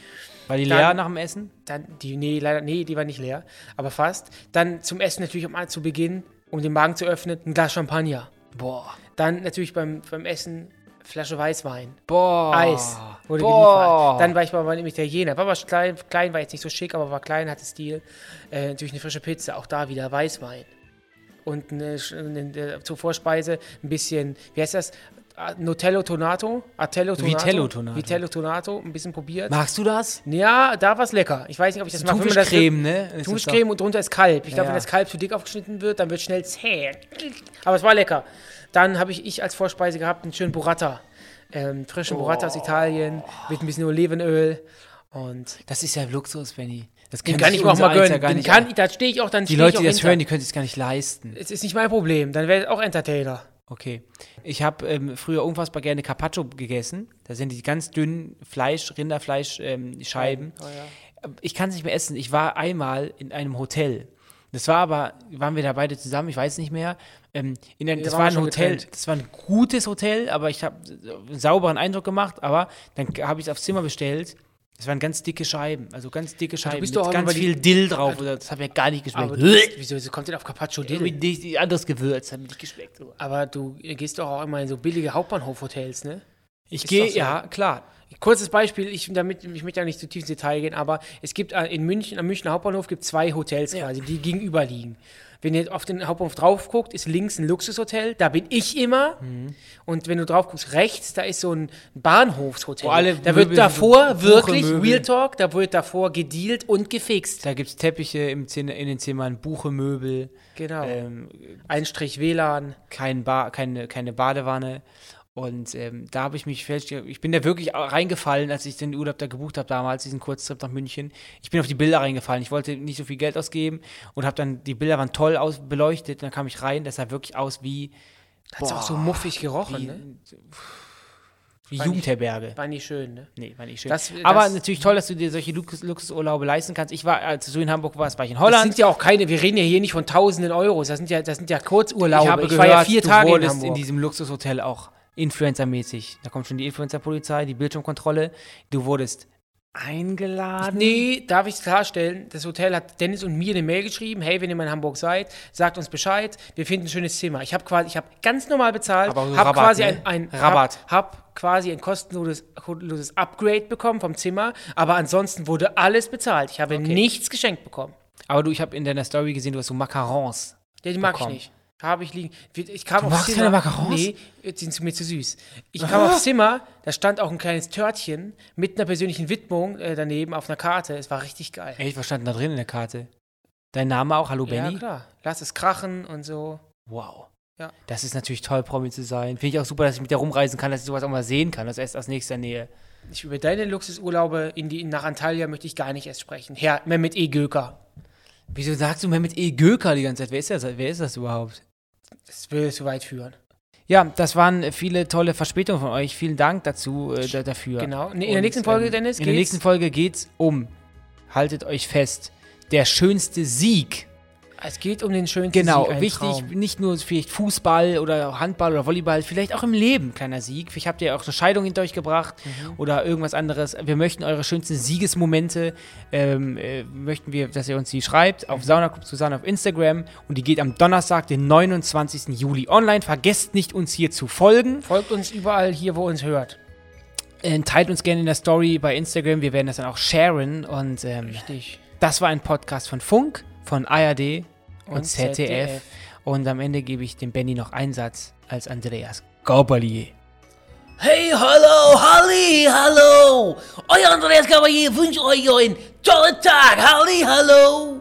[SPEAKER 3] War die
[SPEAKER 2] Dann-
[SPEAKER 3] leer nach dem Essen?
[SPEAKER 2] Dann, die, nee, leider, nee, die war nicht leer, aber fast. Dann zum Essen natürlich, um zu Beginn, um den Magen zu öffnen, ein Glas Champagner.
[SPEAKER 3] Boah.
[SPEAKER 2] Dann natürlich beim, beim Essen Flasche Weißwein.
[SPEAKER 3] Boah.
[SPEAKER 2] Eis wurde
[SPEAKER 3] Ah. Boah.
[SPEAKER 2] geliefert. Dann war ich mal bei einem Italiener. War aber klein, klein, war jetzt nicht so schick, aber war klein, hatte Stil. Äh, natürlich eine frische Pizza, auch da wieder Weißwein. Und eine, Sch- eine, eine, äh, zur Vorspeise ein bisschen, wie heißt das? Ah, Notello Tonato? Atello Tonato?
[SPEAKER 3] Vitello Tonato.
[SPEAKER 2] Vitello Tonato, ein bisschen probiert.
[SPEAKER 3] Magst du das?
[SPEAKER 2] ja, da war es lecker. Ich weiß nicht, ob ich das mache. wenn man das-
[SPEAKER 3] Thunfischcreme, ne? Ist das
[SPEAKER 2] Thunfischcreme und drunter ist Kalb. Ich glaube,
[SPEAKER 3] Ja.
[SPEAKER 2] wenn das Kalb zu dick aufgeschnitten wird, dann wird schnell zäh. Aber es war lecker. Dann habe ich, ich als Vorspeise gehabt einen schönen Burrata. Ähm,
[SPEAKER 3] Oh.
[SPEAKER 2] frischen Burrata aus Italien mit ein bisschen Olivenöl. Und
[SPEAKER 3] doch- Das ist ja Luxus, Benny. Das
[SPEAKER 2] den
[SPEAKER 3] können
[SPEAKER 2] kann
[SPEAKER 3] sich
[SPEAKER 2] ich mir auch
[SPEAKER 3] unsere
[SPEAKER 2] mal
[SPEAKER 3] Eins
[SPEAKER 2] gönnen.
[SPEAKER 3] ja gar
[SPEAKER 2] den
[SPEAKER 3] nicht
[SPEAKER 2] kann
[SPEAKER 3] an.
[SPEAKER 2] ich, da stehe ich auch dann
[SPEAKER 3] die
[SPEAKER 2] stehe
[SPEAKER 3] Leute,
[SPEAKER 2] ich auch
[SPEAKER 3] die das
[SPEAKER 2] hinter.
[SPEAKER 3] hören, die können es gar nicht leisten.
[SPEAKER 2] Es ist nicht mein Problem. Dann wäre ich auch Entertainer.
[SPEAKER 3] Okay. Ich habe ähm, früher unfassbar gerne Carpaccio gegessen. Da sind die ganz dünnen Fleisch, Rinderfleisch, ähm, Scheiben. Ich kann es nicht mehr essen. Ich war einmal in einem Hotel. Das war aber, waren wir da beide zusammen, ich weiß nicht mehr. Ähm, in ein, das
[SPEAKER 2] waren
[SPEAKER 3] war ein
[SPEAKER 2] schon
[SPEAKER 3] Hotel,
[SPEAKER 2] getrennt.
[SPEAKER 3] das war ein gutes Hotel, aber ich habe einen sauberen Eindruck gemacht, aber dann habe ich es aufs Zimmer bestellt. Es waren ganz dicke Scheiben, also ganz dicke Scheiben
[SPEAKER 2] bist doch auch
[SPEAKER 3] mit ganz
[SPEAKER 2] über die- Also
[SPEAKER 3] viel Dill drauf. oder Das hat mir gar nicht geschmeckt.
[SPEAKER 2] Aber wieso wieso kommt denn auf Carpaccio
[SPEAKER 3] Irgendwie
[SPEAKER 2] Dill?
[SPEAKER 3] nicht- anderes Gewürz hat mir nicht geschmeckt.
[SPEAKER 2] Aber du gehst doch auch immer in so billige Hauptbahnhofhotels, ne?
[SPEAKER 3] Ich
[SPEAKER 2] Ist
[SPEAKER 3] gehe,
[SPEAKER 2] doch so.
[SPEAKER 3] ja, klar.
[SPEAKER 2] Kurzes Beispiel, ich, damit, ich möchte ja nicht zu tief ins Detail gehen, aber es gibt äh, in München, am Münchner Hauptbahnhof gibt es zwei Hotels quasi, die gegenüber liegen. Wenn ihr auf den Hauptbahnhof drauf guckt, ist links ein Luxushotel, da bin ich immer.
[SPEAKER 3] Mhm.
[SPEAKER 2] Und wenn du drauf guckst, rechts, da ist so ein Bahnhofshotel.
[SPEAKER 3] Wo alle
[SPEAKER 2] da
[SPEAKER 3] Möbel
[SPEAKER 2] wird davor
[SPEAKER 3] sind,
[SPEAKER 2] wirklich,
[SPEAKER 3] Buchemöbel.
[SPEAKER 2] Real Talk, da wird davor gedealt und gefixt.
[SPEAKER 3] Da gibt es Teppiche im Zimmer, in den Zimmern, Buchemöbel,
[SPEAKER 2] Genau.
[SPEAKER 3] ähm,
[SPEAKER 2] Einstrich WLAN.
[SPEAKER 3] kein ba keine, keine Badewanne. Und ähm, da habe ich mich fälsch, ich bin da wirklich au- reingefallen, als ich den Urlaub da gebucht habe damals, diesen Kurztrip nach München. Ich bin auf die Bilder reingefallen. Ich wollte nicht so viel Geld ausgeben und habe dann, die Bilder waren toll aus beleuchtet. Und dann kam ich rein, das sah wirklich aus wie,
[SPEAKER 2] Hat es auch so muffig gerochen, ne?
[SPEAKER 3] wie
[SPEAKER 2] War nicht-
[SPEAKER 3] Jugendherberge.
[SPEAKER 2] War nicht schön, ne?
[SPEAKER 3] Nee, war nicht schön.
[SPEAKER 2] Das-
[SPEAKER 3] Aber
[SPEAKER 2] das-
[SPEAKER 3] natürlich toll, dass du dir solche Luxus Luxusurlaube leisten kannst. Ich war, als du in Hamburg warst, war ich in
[SPEAKER 2] Das
[SPEAKER 3] Holland.
[SPEAKER 2] sind ja auch keine, wir reden ja hier nicht von tausenden Euros, das sind ja, das sind ja Kurzurlaube.
[SPEAKER 3] Ich habe
[SPEAKER 2] war
[SPEAKER 3] gehört,
[SPEAKER 2] ja vier
[SPEAKER 3] du
[SPEAKER 2] Tage in
[SPEAKER 3] wurdest in,
[SPEAKER 2] Hamburg.
[SPEAKER 3] diesem Luxushotel auch Influencer-mäßig. Da kommt schon die Influencer-Polizei, die Bildschirmkontrolle. Du wurdest eingeladen.
[SPEAKER 2] Nee, darf ich es klarstellen? Das Hotel hat Dennis und mir eine Mail geschrieben: Hey, wenn ihr mal in Hamburg seid, sagt uns Bescheid. Wir finden ein schönes Zimmer. Ich habe quasi, ich habe ganz normal bezahlt,
[SPEAKER 3] Aber so
[SPEAKER 2] habe
[SPEAKER 3] Rabatt,
[SPEAKER 2] quasi
[SPEAKER 3] ne?
[SPEAKER 2] ein, ein
[SPEAKER 3] Rabatt.
[SPEAKER 2] Hab, hab quasi ein kostenloses, kostenloses Upgrade bekommen vom Zimmer, aber ansonsten wurde alles bezahlt. Ich habe nichts geschenkt bekommen.
[SPEAKER 3] Aber du, ich habe in deiner Story gesehen, du hast so Macarons.
[SPEAKER 2] Ja, die mag
[SPEAKER 3] bekommen.
[SPEAKER 2] ich nicht. Habe ich liegen. Wir- Ich kam du aufs
[SPEAKER 3] magst
[SPEAKER 2] Zimmer.
[SPEAKER 3] keine Macarons?
[SPEAKER 2] Nee, die sind zu mir zu süß. Ich kam aufs Zimmer, da stand auch ein kleines Törtchen mit einer persönlichen Widmung äh, daneben auf einer Karte. Es war richtig geil.
[SPEAKER 3] Ey, was stand denn da drin in der Karte? Dein Name auch, hallo Benny?
[SPEAKER 2] Ja, klar. Lass es krachen und so.
[SPEAKER 3] Wow.
[SPEAKER 2] Ja.
[SPEAKER 3] Das ist natürlich toll, Promi zu sein. Finde ich auch super, dass ich mit dir rumreisen kann, dass ich sowas auch mal sehen kann. Das erst aus nächster Nähe.
[SPEAKER 2] Ich, über deine Luxusurlaube in die, nach Antalya möchte ich gar nicht erst sprechen. Herr Mehmet E. Göker.
[SPEAKER 3] Wieso sagst du mir mit E. Göker die ganze Zeit? Wer ist das, wer ist das überhaupt?
[SPEAKER 2] Das will zu weit führen.
[SPEAKER 3] Ja, das waren viele tolle Verspätungen von euch. Vielen Dank dazu, äh, da, dafür. ähm,
[SPEAKER 2] Genau. Nee, in der nächsten Folge, Dennis,
[SPEAKER 3] In der
[SPEAKER 2] geht's-
[SPEAKER 3] nächsten Folge geht's um, haltet euch fest, der schönste Sieg.
[SPEAKER 2] Es geht um den schönsten
[SPEAKER 3] Genau,
[SPEAKER 2] Sieg, einen
[SPEAKER 3] wichtig,
[SPEAKER 2] Traum.
[SPEAKER 3] nicht nur vielleicht Fußball oder Handball oder Volleyball, vielleicht auch im Leben kleiner Sieg. Vielleicht habt ihr auch eine Scheidung hinter euch gebracht
[SPEAKER 2] Mhm.
[SPEAKER 3] oder irgendwas anderes. Wir möchten eure schönsten Siegesmomente, ähm, äh, möchten wir, dass ihr uns die schreibt
[SPEAKER 2] Mhm.
[SPEAKER 3] auf Saunaclub Susanne auf Instagram und die geht am Donnerstag, den 29. Juli online. Vergesst nicht, uns hier zu folgen.
[SPEAKER 2] Folgt uns überall hier, wo ihr uns hört.
[SPEAKER 3] Äh, teilt uns gerne in der Story bei Instagram. Wir werden das dann auch sharen. Und ähm,
[SPEAKER 2] Richtig.
[SPEAKER 3] das war ein Podcast von Funk, von ARD und,
[SPEAKER 2] Und
[SPEAKER 3] ZDF.
[SPEAKER 2] ZDF.
[SPEAKER 3] Und am Ende gebe ich dem Benny noch einen Satz als Andreas Gaubalier.
[SPEAKER 6] Hey, hallo, Halli, hallo. Euer Andreas Cavalier wünscht euch einen tollen Tag. Halli, hallo.